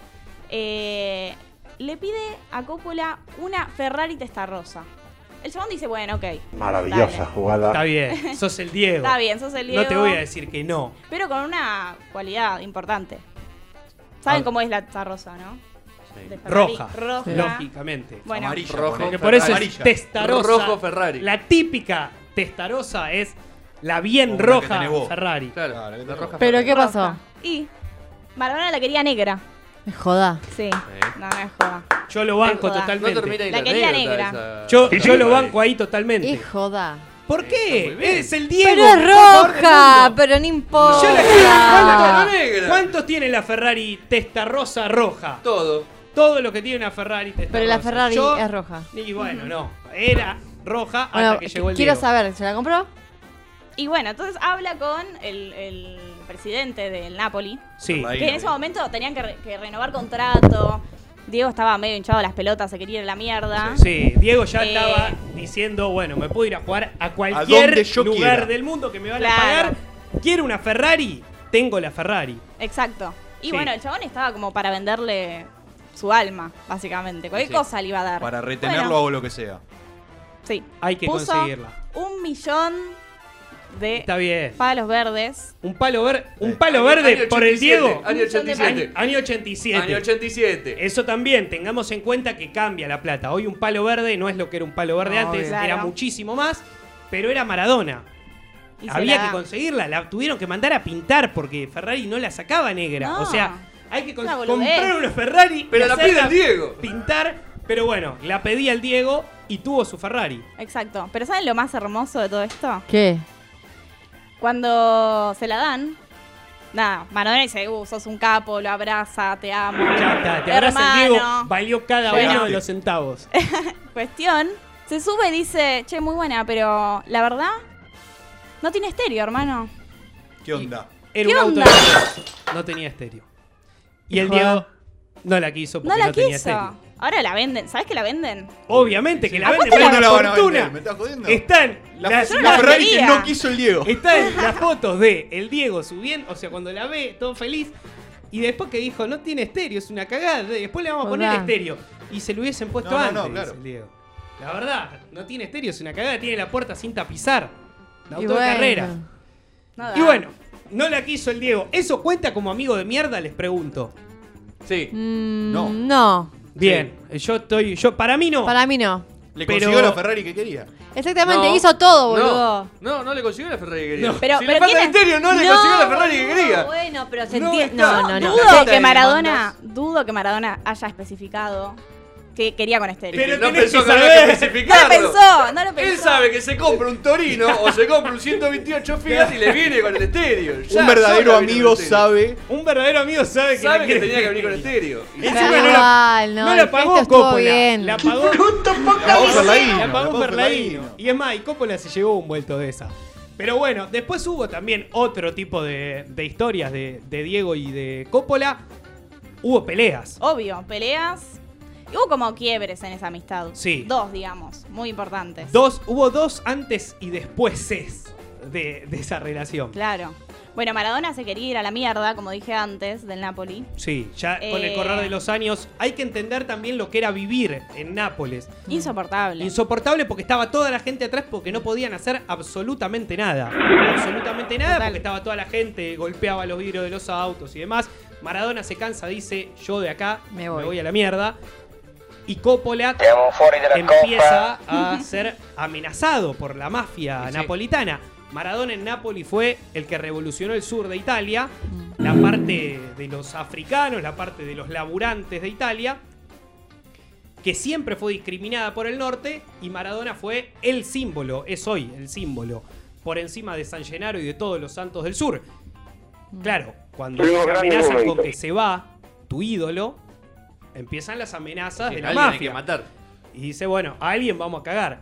Speaker 9: Eh, le pide a Coppola una Ferrari Testarossa. El chabón dice, bueno, ok.
Speaker 13: Maravillosa
Speaker 9: dale.
Speaker 13: jugada.
Speaker 5: Está bien, sos el Diego.
Speaker 9: Está bien, sos el Diego.
Speaker 5: No te voy a decir que no.
Speaker 9: Pero con una cualidad importante. ¿Saben
Speaker 5: Ah.
Speaker 9: cómo es la Testarossa, no? De Ferrari.
Speaker 5: Roja.
Speaker 9: Roja.
Speaker 5: Lógicamente.
Speaker 9: Bueno,
Speaker 8: Amarilla.
Speaker 3: Rojo.
Speaker 8: ponele.
Speaker 5: Porque por eso es
Speaker 8: Amarilla.
Speaker 5: testarosa.
Speaker 3: Rojo Ferrari.
Speaker 5: La típica testarosa es la bien
Speaker 8: Como la que
Speaker 5: roja
Speaker 8: tenés vos.
Speaker 5: Ferrari.
Speaker 3: Claro,
Speaker 8: Claro, que te
Speaker 3: la roja.
Speaker 7: ¿Pero qué
Speaker 9: roja.
Speaker 7: pasó?
Speaker 9: Y Maradona la quería negra.
Speaker 7: Me joda.
Speaker 9: Sí. No, no es joda.
Speaker 5: Yo lo banco
Speaker 9: No
Speaker 5: totalmente.
Speaker 3: No Eh, termina ni
Speaker 9: La quería
Speaker 3: anécdota
Speaker 9: negra.
Speaker 3: esa. eh.
Speaker 5: yo, yo lo
Speaker 3: Ferrari.
Speaker 5: banco ahí totalmente.
Speaker 7: Es joda.
Speaker 5: ¿Por
Speaker 3: muy
Speaker 5: qué?
Speaker 3: bien.
Speaker 5: Es el Diego.
Speaker 7: Pero es
Speaker 5: por favor, del
Speaker 7: roja,
Speaker 5: mundo.
Speaker 7: pero no importa.
Speaker 5: Yo la quiero
Speaker 3: Ah,
Speaker 5: banco.
Speaker 3: negra.
Speaker 5: ¿Cuántos tiene la Ferrari testarosa roja?
Speaker 3: Todo.
Speaker 5: Todo lo que tiene una Ferrari testarosa.
Speaker 7: Pero la Ferrari
Speaker 5: Yo-
Speaker 7: es roja.
Speaker 5: Y bueno, no. Era roja hasta
Speaker 7: Bueno,
Speaker 5: que llegó el
Speaker 7: quiero
Speaker 5: Diego.
Speaker 7: saber, ¿se la compró?
Speaker 9: Y bueno, entonces habla con el, el presidente del Napoli.
Speaker 5: Sí.
Speaker 8: Ferrari.
Speaker 9: Que en ese momento tenían que, re- que renovar contrato. Diego estaba medio hinchado de las pelotas, se quería ir a la mierda.
Speaker 5: Sí, Diego ya
Speaker 9: Eh.
Speaker 5: estaba diciendo, bueno, me puedo ir a jugar a cualquier
Speaker 8: donde yo
Speaker 5: lugar
Speaker 8: quiera.
Speaker 5: del mundo que me van a
Speaker 9: Claro.
Speaker 5: pagar. Quiero una Ferrari, tengo la Ferrari.
Speaker 9: Exacto. Y
Speaker 5: Sí.
Speaker 9: bueno, el chabón estaba como para venderle su alma, básicamente. Cualquier
Speaker 8: Sí.
Speaker 9: cosa le iba a dar.
Speaker 8: Para retenerlo
Speaker 9: Bueno,
Speaker 8: hago lo que sea.
Speaker 9: sí.
Speaker 5: Hay que
Speaker 9: Puso
Speaker 5: conseguirla.
Speaker 9: Un millón de
Speaker 5: Está bien.
Speaker 9: palos verdes.
Speaker 5: Un palo verde, un
Speaker 8: Sí.
Speaker 5: palo
Speaker 3: Año-
Speaker 5: verde
Speaker 3: año
Speaker 5: por el
Speaker 3: 87,
Speaker 5: Diego.
Speaker 3: Año
Speaker 5: Año,
Speaker 3: 87.
Speaker 5: año 87.
Speaker 3: Año 87.
Speaker 5: Eso también, tengamos en cuenta que cambia la plata. Hoy un palo verde no es lo que era un palo verde
Speaker 3: Obvio.
Speaker 5: antes, era
Speaker 9: Claro.
Speaker 5: muchísimo más, pero era Maradona.
Speaker 9: Y se
Speaker 5: Había
Speaker 9: la
Speaker 5: que
Speaker 9: da.
Speaker 5: conseguirla, la tuvieron que mandar a pintar porque Ferrari no la sacaba negra.
Speaker 9: No.
Speaker 5: O sea, hay que cons-
Speaker 9: Una boludez.
Speaker 5: comprar una Ferrari, y
Speaker 3: Pero la pide
Speaker 5: hacerla
Speaker 3: el Diego.
Speaker 5: pintar, pero bueno, la pedía el Diego y tuvo su Ferrari.
Speaker 9: Exacto. Pero ¿saben lo más hermoso de todo esto?
Speaker 7: ¿Qué?
Speaker 9: Cuando se la dan. Nada, Maradona dice, uh, sos un capo, lo abraza, te amo.
Speaker 5: Ya está, te abraza el
Speaker 9: Hermano. Eh,
Speaker 5: Diego, valió cada
Speaker 9: Bueno.
Speaker 5: uno de los centavos.
Speaker 9: Cuestión, se sube y dice, che, muy buena, pero la verdad, no tiene estéreo, hermano.
Speaker 8: ¿Qué onda?
Speaker 5: Era
Speaker 9: ¿Qué
Speaker 5: un
Speaker 9: onda?
Speaker 5: auto eléctrico, no tenía estéreo. Y el
Speaker 7: Joder.
Speaker 8: "Ah".
Speaker 5: Diego no la quiso
Speaker 9: No
Speaker 5: porque no,
Speaker 9: la
Speaker 5: tenía
Speaker 9: quiso.
Speaker 5: estéreo.
Speaker 9: Ahora la venden, ¿sabes que la venden?
Speaker 5: Obviamente que la
Speaker 9: ¿A
Speaker 5: vende
Speaker 9: cuánto
Speaker 5: por
Speaker 8: no
Speaker 5: una
Speaker 8: la van a
Speaker 5: fortuna.
Speaker 8: vender? ¿Me estás jodiendo?
Speaker 5: Están
Speaker 8: La,
Speaker 5: las,
Speaker 8: la
Speaker 9: la
Speaker 8: Ferrari que
Speaker 9: quería.
Speaker 8: no quiso el Diego.
Speaker 5: están las fotos de el Diego subiendo, o sea, cuando la ve, todo feliz. Y después que dijo, no tiene estéreo, es una cagada. Después le vamos a poner
Speaker 7: Joder.
Speaker 5: estéreo. Y se lo hubiesen puesto
Speaker 8: No, no,
Speaker 5: antes,
Speaker 8: no,
Speaker 5: dice
Speaker 8: claro.
Speaker 5: el Diego. La verdad, no tiene estéreo, es una cagada. Tiene la puerta sin tapizar. La
Speaker 7: Y
Speaker 5: auto de
Speaker 7: bueno.
Speaker 5: carrera.
Speaker 9: No da.
Speaker 5: Y bueno, no la quiso el Diego. ¿Eso cuenta como amigo de mierda? Les pregunto.
Speaker 3: Sí.
Speaker 7: Mm,
Speaker 8: No.
Speaker 7: no.
Speaker 5: Bien, eh, yo estoy. yo Para mí no.
Speaker 7: Para mí no.
Speaker 8: Le
Speaker 5: Pero-
Speaker 8: consiguió la Ferrari que quería.
Speaker 7: Exactamente,
Speaker 3: No.
Speaker 7: hizo todo, boludo.
Speaker 3: No, no, no le consiguió la Ferrari que quería.
Speaker 5: No.
Speaker 9: Pero,
Speaker 3: si
Speaker 9: pero
Speaker 3: le falta
Speaker 9: tiene-
Speaker 3: el estéreo, no le consiguió la Ferrari que
Speaker 7: boludo,
Speaker 3: quería.
Speaker 7: Ah, Bueno, pero se
Speaker 3: No
Speaker 7: entiende.
Speaker 3: está.
Speaker 7: No, no, no.
Speaker 3: La
Speaker 9: Dudo
Speaker 3: tarjeta
Speaker 9: que
Speaker 3: de
Speaker 9: Maradona, dudo que Maradona haya especificado que quería con estéreo.
Speaker 5: Pero
Speaker 3: no
Speaker 5: tenés
Speaker 3: pensó
Speaker 5: que
Speaker 3: que había
Speaker 5: saber.
Speaker 3: que
Speaker 9: No lo
Speaker 3: especificarlo.
Speaker 9: pensó, no lo pensó.
Speaker 3: Él sabe que se compra un Torino o se compra un 128 Fiat y le viene con el estéreo. Ya
Speaker 8: un verdadero
Speaker 3: sola vino
Speaker 8: amigo
Speaker 3: con el estéreo.
Speaker 8: sabe.
Speaker 5: Un verdadero amigo sabe que la
Speaker 3: Sabe que
Speaker 5: quiere
Speaker 3: tenía que venir con el
Speaker 5: estéreo.
Speaker 3: estéreo. Y
Speaker 5: Encima
Speaker 7: Pero
Speaker 5: no la-
Speaker 7: igual, no,
Speaker 5: No,
Speaker 7: el
Speaker 5: la
Speaker 7: gesto
Speaker 5: pagó
Speaker 7: estuvo
Speaker 5: Coppola.
Speaker 7: bien.
Speaker 5: La pagó,
Speaker 8: La voz Ferlaino.
Speaker 5: la
Speaker 8: La
Speaker 5: pagó
Speaker 8: voz
Speaker 5: Ferlaino.
Speaker 8: Ferlaino.
Speaker 5: Y es más, y Coppola se llevó un vuelto de esa. Pero bueno, después hubo también otro tipo de, de historias de, de Diego y de Coppola. Hubo peleas.
Speaker 9: Obvio, peleas. Y hubo como quiebres en esa amistad.
Speaker 5: Sí.
Speaker 9: Dos, digamos, muy importantes.
Speaker 5: Dos, hubo dos antes y despuéses de, de esa relación.
Speaker 9: Claro. Bueno, Maradona se quería ir a la mierda, como dije antes, del Napoli.
Speaker 5: Sí, ya con el
Speaker 9: Eh.
Speaker 5: correr de los años hay que entender también lo que era vivir en Nápoles.
Speaker 9: Insoportable.
Speaker 5: Insoportable porque estaba toda la gente atrás porque no podían hacer absolutamente nada. Absolutamente nada
Speaker 9: Total.
Speaker 5: porque estaba toda la gente, golpeaba los vidrios de los autos y demás. Maradona se cansa, dice, yo de acá
Speaker 7: Me voy.
Speaker 5: a la mierda. Y Coppola empieza a ser amenazado por la mafia
Speaker 14: Sí.
Speaker 5: napolitana. Maradona en Nápoles fue el que revolucionó el sur de Italia,
Speaker 14: Mm.
Speaker 5: la parte de los africanos, la parte de los laburantes de Italia, que siempre fue discriminada por el norte, y Maradona fue el símbolo, es hoy el símbolo, por encima de San Gennaro y de todos los santos del sur.
Speaker 14: Mm.
Speaker 5: Claro, cuando
Speaker 13: Tuvimos
Speaker 5: te
Speaker 13: grandes
Speaker 5: amenazan con
Speaker 13: momentos.
Speaker 5: que se va tu ídolo, empiezan las amenazas de la
Speaker 14: alguien hay que
Speaker 5: mafia.
Speaker 14: matar.
Speaker 5: Y dice, bueno, a alguien vamos a cagar.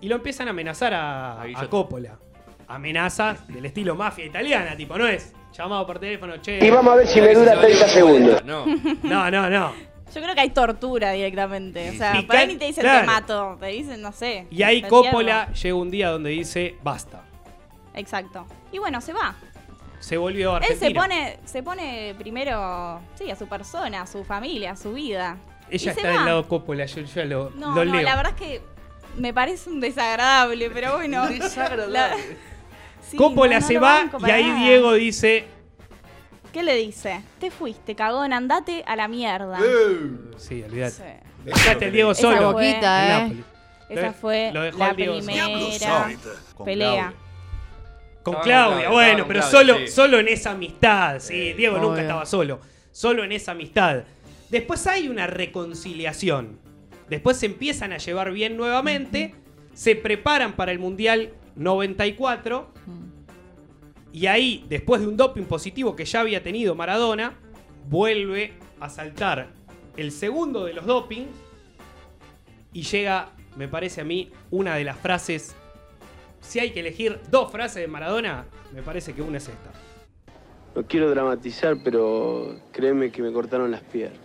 Speaker 5: Y lo empiezan a amenazar a,
Speaker 14: A
Speaker 5: a,
Speaker 14: Guillot.
Speaker 5: Coppola. Amenazas del estilo mafia italiana, tipo, no es llamado por teléfono, che.
Speaker 13: a ver si me dura 30 segundos.
Speaker 14: No.
Speaker 5: No, no, no.
Speaker 9: Yo creo que hay tortura directamente. O sea,
Speaker 5: Y
Speaker 9: para
Speaker 5: ca-
Speaker 9: ahí ni te dicen
Speaker 5: claro.
Speaker 9: te mato, te dicen no sé.
Speaker 5: Y ahí
Speaker 9: te
Speaker 5: Coppola llega un día donde dice, basta.
Speaker 9: entierro. Exacto. Y bueno, se va.
Speaker 5: Se volvió a
Speaker 9: Él
Speaker 5: Argentina.
Speaker 9: se pone, se pone primero, sí, a su persona, a su familia, a su vida. y se
Speaker 5: Ella está
Speaker 9: va.
Speaker 5: del lado Coppola, yo ya lo,
Speaker 9: No,
Speaker 5: lo
Speaker 9: no,
Speaker 5: leo.
Speaker 9: la verdad es que me parece un desagradable, pero bueno.
Speaker 14: Desagradable.
Speaker 9: La- Sí,
Speaker 5: Coppola
Speaker 9: no, no
Speaker 5: se
Speaker 9: lo
Speaker 5: va
Speaker 9: banco
Speaker 5: y
Speaker 9: para
Speaker 5: ahí
Speaker 9: nada.
Speaker 5: Diego dice,
Speaker 9: ¿Qué le dice? Te fuiste, cagón, andate a la mierda.
Speaker 5: Eh. sí, olvídate.
Speaker 9: Sí.
Speaker 5: Dejate el Diego
Speaker 9: Esa
Speaker 5: solo.
Speaker 9: boquita,
Speaker 5: en
Speaker 7: eh.
Speaker 5: Nápoles.
Speaker 9: Esa
Speaker 5: Lo-
Speaker 9: fue
Speaker 5: lo dejó
Speaker 9: la
Speaker 5: al Diego solo.
Speaker 9: primera pelea.
Speaker 14: Estaba
Speaker 5: Con Claudia,
Speaker 14: con Claudia,
Speaker 5: bueno,
Speaker 14: estaba
Speaker 5: pero
Speaker 14: con Claudia,
Speaker 5: solo,
Speaker 14: sí.
Speaker 5: solo en esa amistad, sí,
Speaker 14: Sí,
Speaker 5: Diego nunca
Speaker 7: obvio.
Speaker 5: estaba solo, solo en esa amistad. Después hay una reconciliación, después se empiezan a llevar bien nuevamente, se preparan para el Mundial 94 y ahí, después de un doping positivo que ya había tenido Maradona, vuelve a saltar el segundo de los dopings y llega, me parece a mí, una de las frases si hay que elegir dos frases de Maradona, me parece que una es esta.
Speaker 12: No quiero dramatizar, pero créeme que me cortaron las piernas.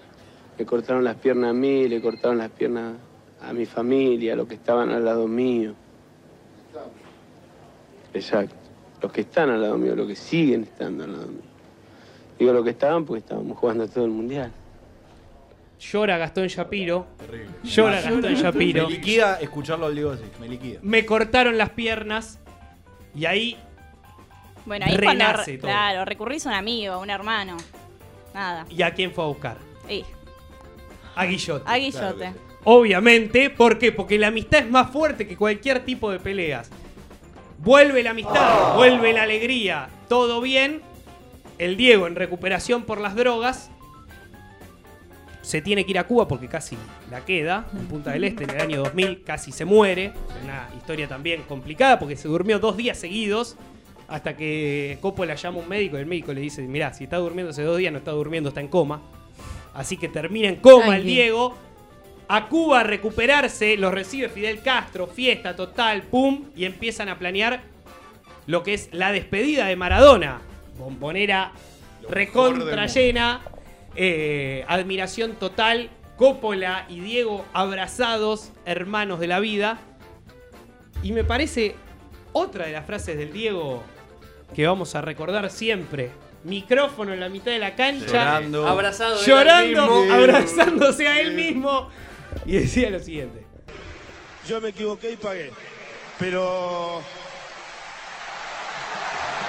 Speaker 12: Me cortaron las piernas a mí, le cortaron las piernas a mi familia, a los que estaban al lado mío. Exacto. Los que están al lado mío, los que siguen estando al lado mío. Digo los que estaban porque estábamos jugando todo el mundial.
Speaker 5: Llora Gastón Shapiro. Llora Gastón Shapiro.
Speaker 8: Me liquida escucharlo al Diego así. Me liquida.
Speaker 5: Me cortaron las piernas. Y ahí,
Speaker 9: Bueno, ahí cuando
Speaker 5: Renace
Speaker 9: re-
Speaker 5: todo.
Speaker 9: claro, recurrís a un amigo, a un hermano. Nada.
Speaker 5: ¿y a quién fue a buscar?
Speaker 9: Y,
Speaker 5: A Guillot.
Speaker 9: a Guillote.
Speaker 5: Obviamente, ¿por qué? Porque la amistad es más fuerte que cualquier tipo de peleas. Vuelve la
Speaker 8: Ah.
Speaker 5: amistad, vuelve la alegría, todo bien. El Diego en recuperación por las drogas. Se tiene que ir a Cuba porque casi la queda. En Punta del Este, en el año 2000, casi se muere. Una historia también complicada porque se durmió dos días seguidos. Hasta que Coppola llama a un médico y el médico le dice: Mirá, si está durmiendo hace dos días, no está durmiendo, está en coma. Así que termina en coma el
Speaker 7: Tranqui.
Speaker 5: Diego. A Cuba a recuperarse, los recibe Fidel Castro, fiesta total, pum, y empiezan a planear lo que es la despedida de Maradona. Bombonera recontra llena, eh, admiración total, Coppola y Diego abrazados, hermanos de la vida. Y me parece otra de las frases del Diego que vamos a recordar siempre. Micrófono en la mitad de la cancha
Speaker 8: Llorando.
Speaker 14: Abrazado. él al
Speaker 5: llorando,
Speaker 14: mismo.
Speaker 5: abrazándose a él mismo. Y decía lo siguiente.
Speaker 13: Yo me equivoqué y pagué. Pero.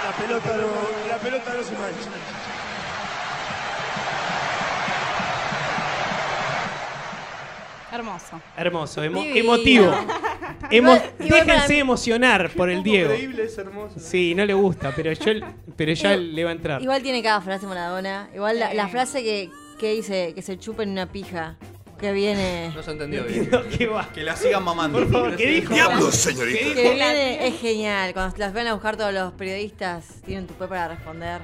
Speaker 13: La pelota no, la pelota no se mancha.
Speaker 9: Hermoso.
Speaker 5: Hermoso, emo-
Speaker 7: Divino.
Speaker 5: emotivo. Emo-
Speaker 7: Igual- igual para
Speaker 5: déjense
Speaker 7: mí-
Speaker 5: emocionar por el Diego.
Speaker 8: Increíble, es hermoso.
Speaker 5: Sí, no le gusta, pero, yo, pero ya le va a entrar.
Speaker 7: Igual tiene cada frase Maradona. Igual la, la frase que, que dice, que se chupen una pija. Que viene.
Speaker 14: No se entendió bien.
Speaker 5: ¿Qué va?
Speaker 8: Que la sigan mamando.
Speaker 5: Por favor, ¿qué dijo?
Speaker 7: Que viene es genial. Cuando las van a buscar todos los periodistas, tienen tu para responder.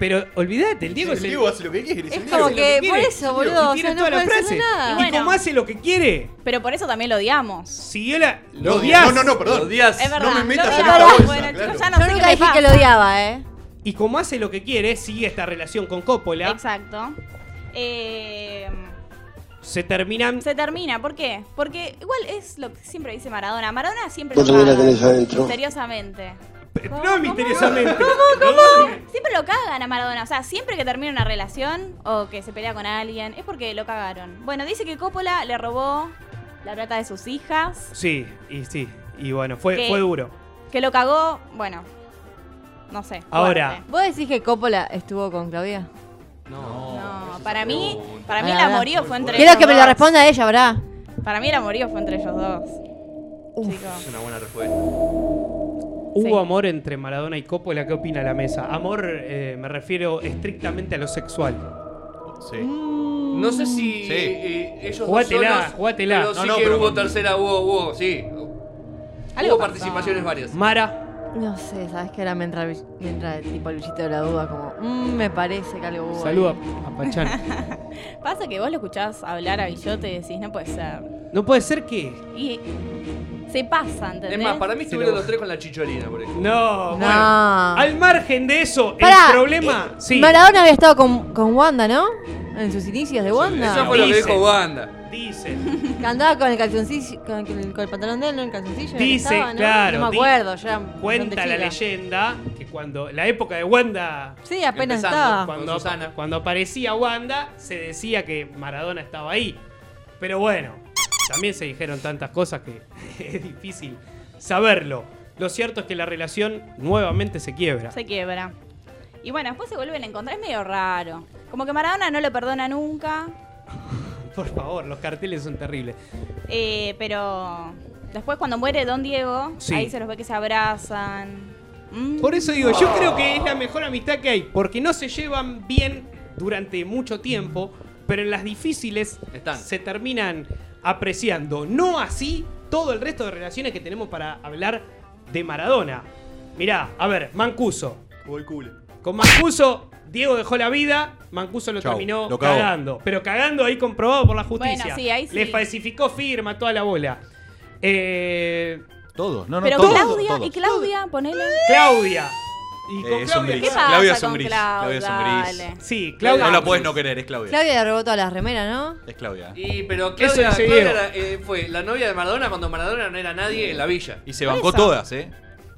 Speaker 5: Pero olvídate, el Diego
Speaker 8: Diego,
Speaker 5: es el-
Speaker 8: hace lo que quiere.
Speaker 7: Es
Speaker 8: el
Speaker 7: como
Speaker 8: Diego.
Speaker 7: que,
Speaker 5: quiere,
Speaker 7: Eh, por
Speaker 5: el
Speaker 7: eso,
Speaker 5: Diego, y
Speaker 7: boludo. O
Speaker 5: tiene
Speaker 7: sea, no
Speaker 5: toda la
Speaker 7: puede hacer
Speaker 5: frase.
Speaker 7: nada.
Speaker 5: Y
Speaker 9: Bueno.
Speaker 5: como hace lo que quiere,
Speaker 9: Pero por eso también lo odiamos.
Speaker 5: siguió la.
Speaker 8: Lo
Speaker 5: Lo
Speaker 8: odias.
Speaker 5: odiás.
Speaker 8: No, no, no, perdón.
Speaker 14: Los días.
Speaker 9: Es verdad.
Speaker 8: No me metas
Speaker 9: lo
Speaker 8: en
Speaker 9: odiaba.
Speaker 8: esta bolsa,
Speaker 9: Bueno,
Speaker 8: claro.
Speaker 9: yo ya no
Speaker 7: Yo
Speaker 9: sé
Speaker 7: nunca
Speaker 9: qué
Speaker 7: dije
Speaker 9: me
Speaker 7: que lo
Speaker 9: pasa.
Speaker 7: odiaba, ¿eh?
Speaker 5: Y como hace lo que quiere, sigue esta relación con Coppola.
Speaker 9: Exacto. Eh,
Speaker 5: Se terminan.
Speaker 9: se termina, ¿por qué? Porque igual es lo que siempre dice Maradona. Maradona siempre
Speaker 13: Yo
Speaker 9: lo
Speaker 13: también la
Speaker 9: paga,
Speaker 13: tenés adentro.
Speaker 9: Misteriosamente.
Speaker 15: No misteriosamente.
Speaker 9: ¿Cómo? Siempre lo cagan a Maradona. O sea, siempre que termina una relación o que se pelea con alguien, es porque lo cagaron. Bueno, dice que Coppola le robó la plata de sus hijas,
Speaker 5: Sí, y sí. Y bueno, fue,
Speaker 9: ¿Qué?
Speaker 5: fue duro.
Speaker 9: que lo cagó, bueno, no sé.
Speaker 5: Ahora.
Speaker 7: ¿Vos decís que Coppola estuvo con Claudia?
Speaker 9: No, para mí, para mí
Speaker 7: Ah,
Speaker 9: el
Speaker 7: ah.
Speaker 9: amorío fue entre
Speaker 7: Quiero
Speaker 9: ellos
Speaker 7: que me lo
Speaker 9: dos.
Speaker 7: responda ella, ¿verdad?
Speaker 9: Para mí el amorío fue entre ellos dos. Chicos.
Speaker 3: Es una buena respuesta.
Speaker 5: Hubo amor entre Maradona y Coppola. ¿Qué opina la mesa? Amor, eh, me refiero estrictamente a lo sexual.
Speaker 8: Sí.
Speaker 14: No sé si
Speaker 8: Sí.
Speaker 14: eh, eh, ellos
Speaker 5: Jugátela,
Speaker 14: dos solos,
Speaker 5: jugátela.
Speaker 14: Pero
Speaker 5: No,
Speaker 14: sí
Speaker 8: no,
Speaker 14: que
Speaker 8: pero
Speaker 14: hubo
Speaker 8: con-
Speaker 14: tercera, hubo, hubo, sí.
Speaker 9: Algo
Speaker 14: Hubo
Speaker 9: pasó.
Speaker 14: participaciones varias.
Speaker 5: Mara,
Speaker 7: No sé, sabes que ahora me entra, el- me entra el tipo el bichito de la duda, como, "Mm, me parece que algo hubo. ahí".
Speaker 5: saluda a Pachán.
Speaker 9: Pasa que vos lo escuchás hablar a Guillote y decís, no puede ser.
Speaker 5: No puede ser que.
Speaker 9: Y se pasa, ¿entendés?
Speaker 14: Es más, para mí
Speaker 5: Se
Speaker 14: estuvieron
Speaker 5: lo-
Speaker 14: los tres con la chicholina, por ejemplo.
Speaker 5: No,
Speaker 7: No.
Speaker 5: bueno. Al margen de eso,
Speaker 7: Pará,
Speaker 5: el problema.
Speaker 7: eh,
Speaker 5: sí.
Speaker 7: Maradona había estado con, con Wanda, ¿no? En sus inicios de Wanda.
Speaker 14: Eso fue lo que
Speaker 5: Dicen.
Speaker 14: dijo Wanda.
Speaker 5: Dicen.
Speaker 7: Que andaba con el calzoncillo, con el, con el pantalón de él, ¿no? El calzoncillo.
Speaker 5: Dice,
Speaker 7: estaba, ¿no?
Speaker 5: claro, di-
Speaker 7: No me acuerdo, ya. era bastante
Speaker 5: Cuenta la
Speaker 7: chica.
Speaker 5: leyenda que cuando. La época de Wanda.
Speaker 7: Sí, apenas
Speaker 14: Empezando.
Speaker 7: estaba.
Speaker 14: Con
Speaker 5: Cuando,
Speaker 14: Susana.
Speaker 5: cuando aparecía Wanda, se decía que Maradona estaba ahí. Pero bueno, también se dijeron tantas cosas que es difícil saberlo. Lo cierto es que la relación nuevamente se quiebra.
Speaker 9: Se quiebra. Y bueno, después se vuelven a encontrar. Es medio raro. Como que Maradona no lo perdona nunca.
Speaker 5: Por favor, los carteles son terribles.
Speaker 9: eh, pero después cuando muere Don Diego,
Speaker 5: Sí.
Speaker 9: ahí se los ve que se abrazan. Mm.
Speaker 5: Por eso digo, yo creo que es la mejor amistad que hay, porque no se llevan bien durante mucho tiempo, pero en las difíciles
Speaker 14: Están.
Speaker 5: se terminan apreciando. No así todo el resto de relaciones que tenemos para hablar de Maradona. Mirá, a ver, Mancuso.
Speaker 8: O el culo.
Speaker 5: Con Mancuso, Diego dejó la vida, Mancuso lo
Speaker 8: Chau,
Speaker 5: terminó
Speaker 8: lo cagó.
Speaker 5: cagando. Pero cagando ahí comprobado por la justicia.
Speaker 9: Bueno, sí, ahí sí.
Speaker 5: Le falsificó firma, toda la bola. Eh,
Speaker 8: Todos. No, no,
Speaker 9: pero
Speaker 8: todos.
Speaker 9: Claudia,
Speaker 8: todos.
Speaker 9: y Claudia, ponele.
Speaker 5: Claudia. Y con
Speaker 8: Eh, es un
Speaker 5: Claudia.
Speaker 8: gris.
Speaker 9: ¿Qué pasa
Speaker 8: Claudia es
Speaker 9: con
Speaker 8: un gris,
Speaker 9: Claudia?
Speaker 8: Claudia es un gris.
Speaker 9: Dale.
Speaker 5: Sí, Claudia.
Speaker 8: Claudia. No la puedes no querer, es Claudia.
Speaker 7: Claudia le robó todas las remeras, ¿no?
Speaker 8: Es Claudia.
Speaker 14: Y pero
Speaker 5: Eso
Speaker 14: Claudia,
Speaker 5: dice
Speaker 14: Claudia
Speaker 5: Diego.
Speaker 14: era, eh, fue la novia de Maradona cuando Maradona no era nadie en la villa.
Speaker 8: Y se
Speaker 9: Por
Speaker 8: bancó
Speaker 9: eso.
Speaker 8: todas, ¿eh?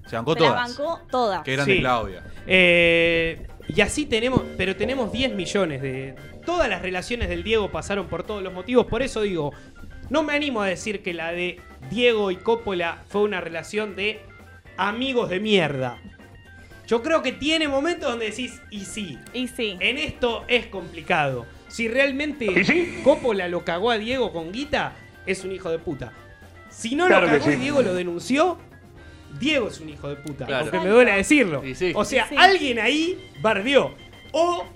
Speaker 8: Se bancó
Speaker 9: Se la
Speaker 8: todas.
Speaker 9: bancó todas.
Speaker 8: Qué grande
Speaker 5: Sí.
Speaker 8: Claudia.
Speaker 5: Eh, y así tenemos, pero tenemos 10 millones de... Todas las relaciones del Diego pasaron por todos los motivos, por eso digo, no me animo a decir que la de Diego y Coppola fue una relación de amigos de mierda. Yo creo que tiene momentos donde decís, y sí,
Speaker 9: Y sí.
Speaker 5: en esto es complicado. Si realmente Coppola lo cagó a Diego con guita, es un hijo de puta. Si no
Speaker 15: Claro
Speaker 5: lo
Speaker 15: que
Speaker 5: cagó y
Speaker 15: sí.
Speaker 5: Diego lo denunció, Diego es un hijo de puta.
Speaker 14: Claro.
Speaker 5: Aunque me duele decirlo.
Speaker 14: Y sí.
Speaker 5: O sea,
Speaker 9: Sí.
Speaker 5: alguien ahí bardeó. O,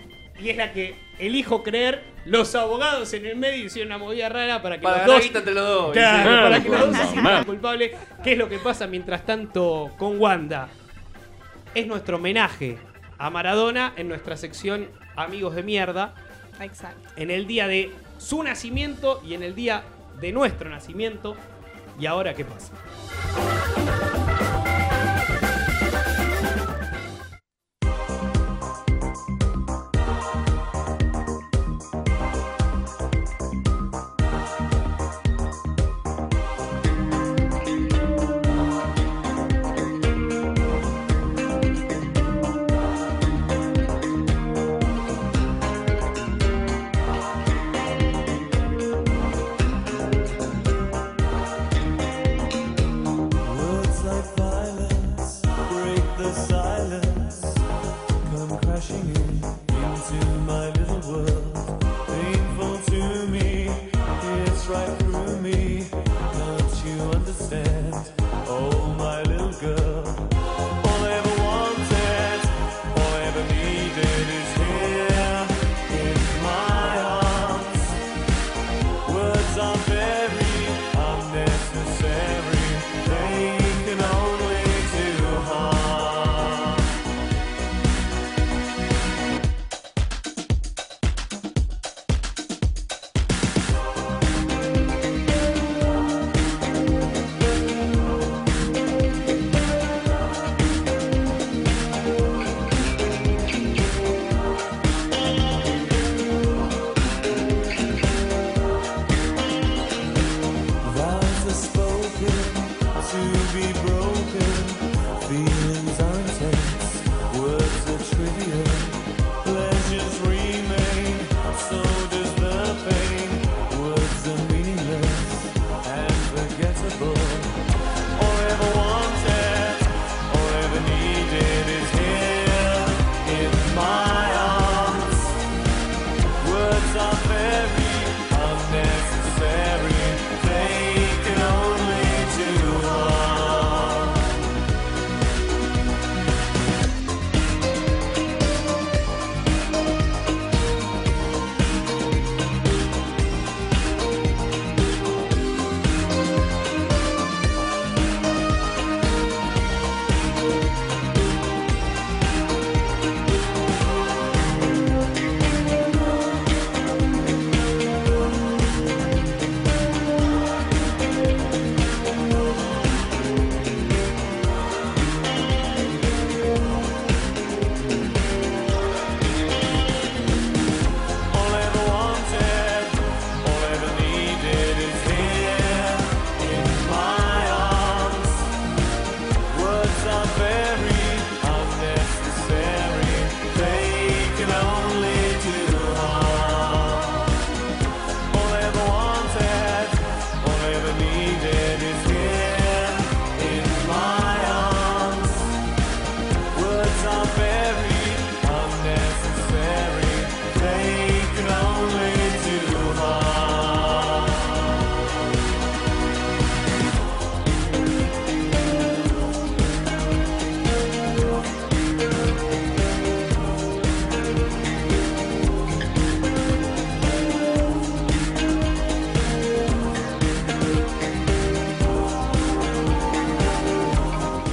Speaker 5: y es la que elijo creer, los abogados en el medio hicieron una movida rara para que
Speaker 14: Para
Speaker 5: los
Speaker 14: ganar
Speaker 5: dos...
Speaker 14: guita entre los dos. y
Speaker 5: Claro,
Speaker 14: sí.
Speaker 5: para que los dos se sientan culpables. ¿Qué es lo que pasa mientras tanto con Wanda? Es nuestro homenaje a Maradona en nuestra sección Amigos de Mierda,
Speaker 9: Exacto.
Speaker 5: en el día de su nacimiento y en el día de nuestro nacimiento. ¿Y ahora qué pasa?
Speaker 12: Oh,
Speaker 15: Thank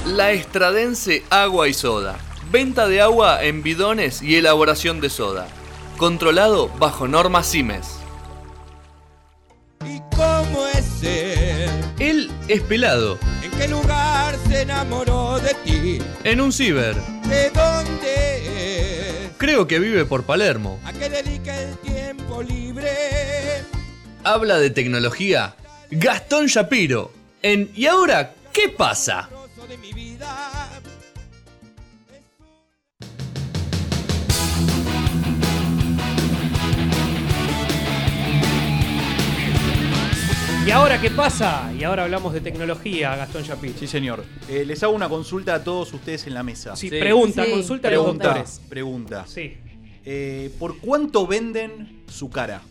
Speaker 3: La Estradense Agua y Soda. Venta de agua en bidones y elaboración de soda. Controlado bajo normas CIMES.
Speaker 15: ¿Y cómo es él?
Speaker 3: Él es pelado.
Speaker 15: ¿En qué lugar se enamoró de ti?
Speaker 3: En un ciber.
Speaker 15: ¿De dónde es?
Speaker 3: Creo que vive por Palermo.
Speaker 15: ¿A qué dedica el tiempo libre?
Speaker 3: Habla de tecnología. Gastón Shapiro. En ¿Y ahora qué pasa?
Speaker 5: ¿Y ahora qué pasa? Y ahora hablamos de tecnología, Gastón Yapich.
Speaker 8: Sí, señor. Eh, les hago una consulta a todos ustedes en la mesa.
Speaker 5: Sí, pregunta, Sí. consulta a los
Speaker 8: pregunta,
Speaker 5: doctores.
Speaker 8: Pregunta.
Speaker 5: Sí.
Speaker 8: Eh, ¿Por cuánto venden su cara?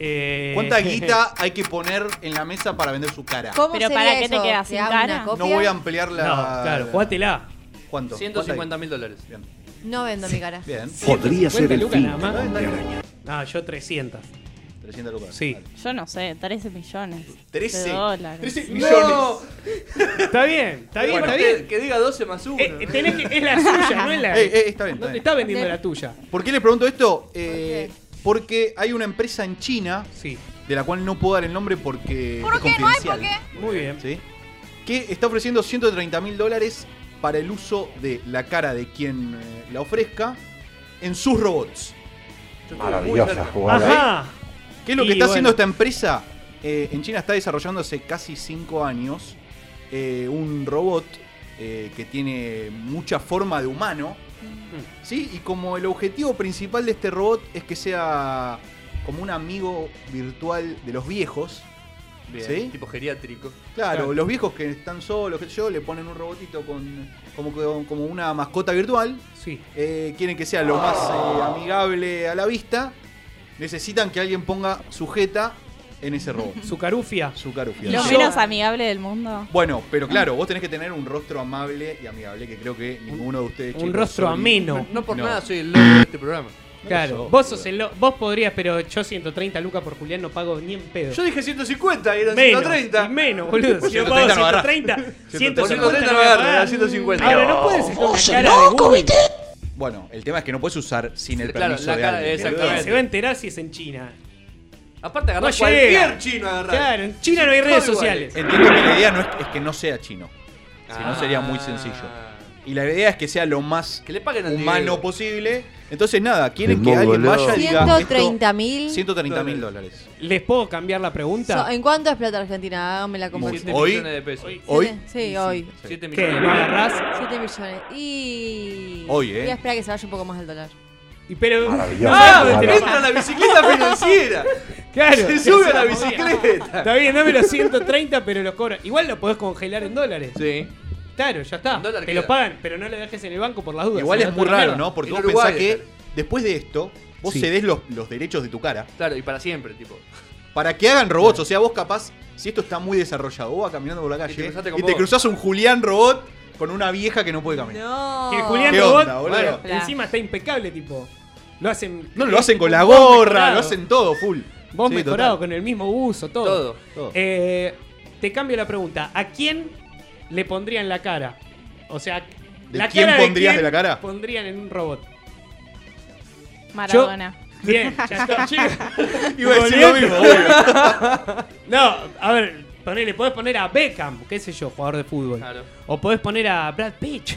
Speaker 5: Eh.
Speaker 8: ¿Cuánta guita hay que poner en la mesa para vender su cara?
Speaker 7: ¿Cómo
Speaker 9: Pero
Speaker 7: sería
Speaker 9: para qué te
Speaker 7: eso?
Speaker 9: quedas sin
Speaker 7: hago una
Speaker 9: cara?
Speaker 7: copia?
Speaker 8: No voy a ampliar la.
Speaker 5: No, claro, jugátela.
Speaker 8: ¿Cuánto?
Speaker 3: 150 mil dólares.
Speaker 8: Bien.
Speaker 7: No vendo mi cara.
Speaker 8: Bien.
Speaker 5: Podría ser el lucas fin nada más.
Speaker 8: Dale, dale.
Speaker 5: No, yo 300.
Speaker 8: 300 lucas.
Speaker 5: Sí.
Speaker 9: Yo no sé, 13 millones.
Speaker 8: 13.
Speaker 9: de dólares.
Speaker 8: 13 millones.
Speaker 5: Está bien, está bien,
Speaker 3: Bueno,
Speaker 5: está
Speaker 3: que-
Speaker 5: bien.
Speaker 3: Que diga 12 más 1.
Speaker 5: Eh, eh, tenés que- es la suya, no es la.
Speaker 8: Eh, eh, está bien,
Speaker 5: no
Speaker 8: está
Speaker 5: te
Speaker 8: bien.
Speaker 5: está vendiendo la tuya.
Speaker 8: ¿Por qué les pregunto esto? Eh, porque hay una empresa en China
Speaker 5: Sí,
Speaker 8: de la cual no puedo dar el nombre porque
Speaker 9: ¿Por
Speaker 8: es
Speaker 9: qué? No hay por
Speaker 8: confidencial.
Speaker 5: muy bien.
Speaker 8: ¿sí? Que está ofreciendo 130 mil dólares para el uso de la cara de quien eh, la ofrezca en sus robots.
Speaker 16: Maravillosa jugada.
Speaker 5: Ajá.
Speaker 8: ¿Qué es lo
Speaker 5: Y
Speaker 8: que está haciendo
Speaker 5: bueno.
Speaker 8: esta empresa? Eh, en China está desarrollando hace casi 5 años eh, un robot eh, que tiene mucha forma de humano. ¿Sí? Y como el objetivo principal de este robot es que sea como un amigo virtual de los viejos. ¿sí?
Speaker 3: Tipo geriátrico.
Speaker 8: Claro,
Speaker 5: Claro.
Speaker 8: los viejos que están solos, qué sé yo, le ponen un robotito con como, que- como una mascota virtual.
Speaker 5: Sí.
Speaker 8: Eh, quieren que sea lo más eh, amigable a la vista. Necesitan que alguien ponga sujeta en ese robot.
Speaker 5: Su carufia.
Speaker 8: Su carufia.
Speaker 9: Lo
Speaker 8: Yo-
Speaker 9: menos amigable del mundo.
Speaker 8: Bueno, pero claro, vos tenés que tener un rostro amable y amigable, que creo que ninguno de ustedes.
Speaker 5: Un
Speaker 8: chicos,
Speaker 5: rostro
Speaker 8: sorry.
Speaker 5: ameno.
Speaker 3: No por
Speaker 8: No.
Speaker 3: nada soy el loco de este programa.
Speaker 5: Claro.
Speaker 8: sos,
Speaker 5: Vos sos el lo- Vos podrías, pero yo 130 lucas por Julián no pago ni en pedo.
Speaker 3: Yo dije 150 y eran
Speaker 5: menos,
Speaker 3: 130.
Speaker 5: y menos, boludo. Si yo pago
Speaker 8: 130 no agarrás.
Speaker 5: 130,
Speaker 8: 130
Speaker 3: Por 130
Speaker 5: 150
Speaker 3: no
Speaker 5: voy a
Speaker 3: agarro, era
Speaker 5: pagar.
Speaker 3: 150.
Speaker 5: Ahora no puedes sacar una cara de Google.
Speaker 8: Bueno, el tema es que no puedes usar sin el
Speaker 3: Claro,
Speaker 8: permiso
Speaker 3: la
Speaker 8: de
Speaker 3: cara-
Speaker 8: alguien.
Speaker 3: exactamente.
Speaker 5: Se va a enterar si es en China.
Speaker 3: Aparte agarró
Speaker 5: No llega.
Speaker 3: cualquier chino agarrar.
Speaker 5: Claro, en China no hay redes
Speaker 3: Todo igual.
Speaker 5: sociales.
Speaker 8: Entiendo que la idea no es, es que no sea chino.
Speaker 3: Ah.
Speaker 8: Si no sería muy sencillo. Y la idea es que sea lo más
Speaker 3: Que le paguen al
Speaker 8: humano
Speaker 3: Diego.
Speaker 8: posible. Entonces, nada, quieren
Speaker 16: El
Speaker 8: que alguien
Speaker 16: mongoló.
Speaker 8: vaya y diga. esto-
Speaker 7: 130 mil.
Speaker 8: 130 mil dólares.
Speaker 5: ¿Les puedo cambiar la pregunta?
Speaker 7: ¿En cuánto es plata argentina? Hágame la
Speaker 3: Siete
Speaker 7: conversión.
Speaker 8: Hoy-
Speaker 3: millones de pesos.
Speaker 8: Hoy.
Speaker 7: Siete- Sí, hoy.
Speaker 3: Siete
Speaker 5: ¿Qué?
Speaker 3: millones.
Speaker 5: ¿No agarrás?
Speaker 7: 7 millones. Y.
Speaker 8: Hoy, eh.
Speaker 7: Voy a esperar a que se vaya un poco más el dólar.
Speaker 5: Y pero.
Speaker 16: Maravilloso.
Speaker 5: Ah,
Speaker 16: Maravilloso.
Speaker 5: pero-
Speaker 3: Entra a la bicicleta financiera.
Speaker 5: Claro.
Speaker 3: Se sube a la bicicleta.
Speaker 5: Está bien, dame los 130, pero los cobran. Igual lo podés congelar en dólares.
Speaker 3: Sí.
Speaker 5: Claro, ya está.
Speaker 3: En dólar
Speaker 5: Te
Speaker 3: queda.
Speaker 5: lo pagan, pero no lo dejes en el banco por las dudas.
Speaker 8: Igual
Speaker 5: Se lo
Speaker 8: es
Speaker 5: da
Speaker 8: muy
Speaker 5: toda la
Speaker 8: raro,
Speaker 5: mierda.
Speaker 8: ¿no? Porque
Speaker 3: En
Speaker 8: vos
Speaker 3: Uruguay,
Speaker 8: pensás que
Speaker 3: claro.
Speaker 8: después de esto, vos
Speaker 5: Sí.
Speaker 8: cedés los, los derechos de tu cara
Speaker 3: Claro, y para siempre, tipo.
Speaker 8: para que hagan robots. O sea, vos capaz, si esto está muy desarrollado, vos vas caminando por la
Speaker 3: te
Speaker 8: calle
Speaker 3: cruzaste
Speaker 8: y
Speaker 3: con
Speaker 8: te
Speaker 3: vos.
Speaker 8: cruzás un Julián robot con una vieja que no puede caminar.
Speaker 7: No.
Speaker 5: Que Julián
Speaker 8: ¿Qué
Speaker 5: Robot
Speaker 8: onda,
Speaker 5: bueno,
Speaker 8: boludo?
Speaker 5: encima está impecable, tipo. Lo hacen.
Speaker 8: No, lo hacen con la
Speaker 5: Vos
Speaker 8: gorra,
Speaker 5: mejorado.
Speaker 8: lo hacen todo, full.
Speaker 5: Vos
Speaker 8: Sí,
Speaker 5: mejorado,
Speaker 8: total.
Speaker 5: con el mismo uso, todo.
Speaker 3: Todo.
Speaker 8: Todo.
Speaker 5: Eh, te cambio la pregunta. ¿A quién le pondrían la cara? O sea,
Speaker 8: ¿De
Speaker 5: la
Speaker 8: quién
Speaker 5: cara
Speaker 8: pondrías
Speaker 5: quién
Speaker 8: de la cara?
Speaker 5: Pondrían en un robot.
Speaker 9: Maradona.
Speaker 5: Bien, ya está, chicos.
Speaker 8: Iba a decir lo mismo, obvio.
Speaker 5: No, a ver, ponele, podés poner a Beckham, qué sé yo, jugador de fútbol.
Speaker 3: Claro.
Speaker 5: O podés poner a Brad Pitt.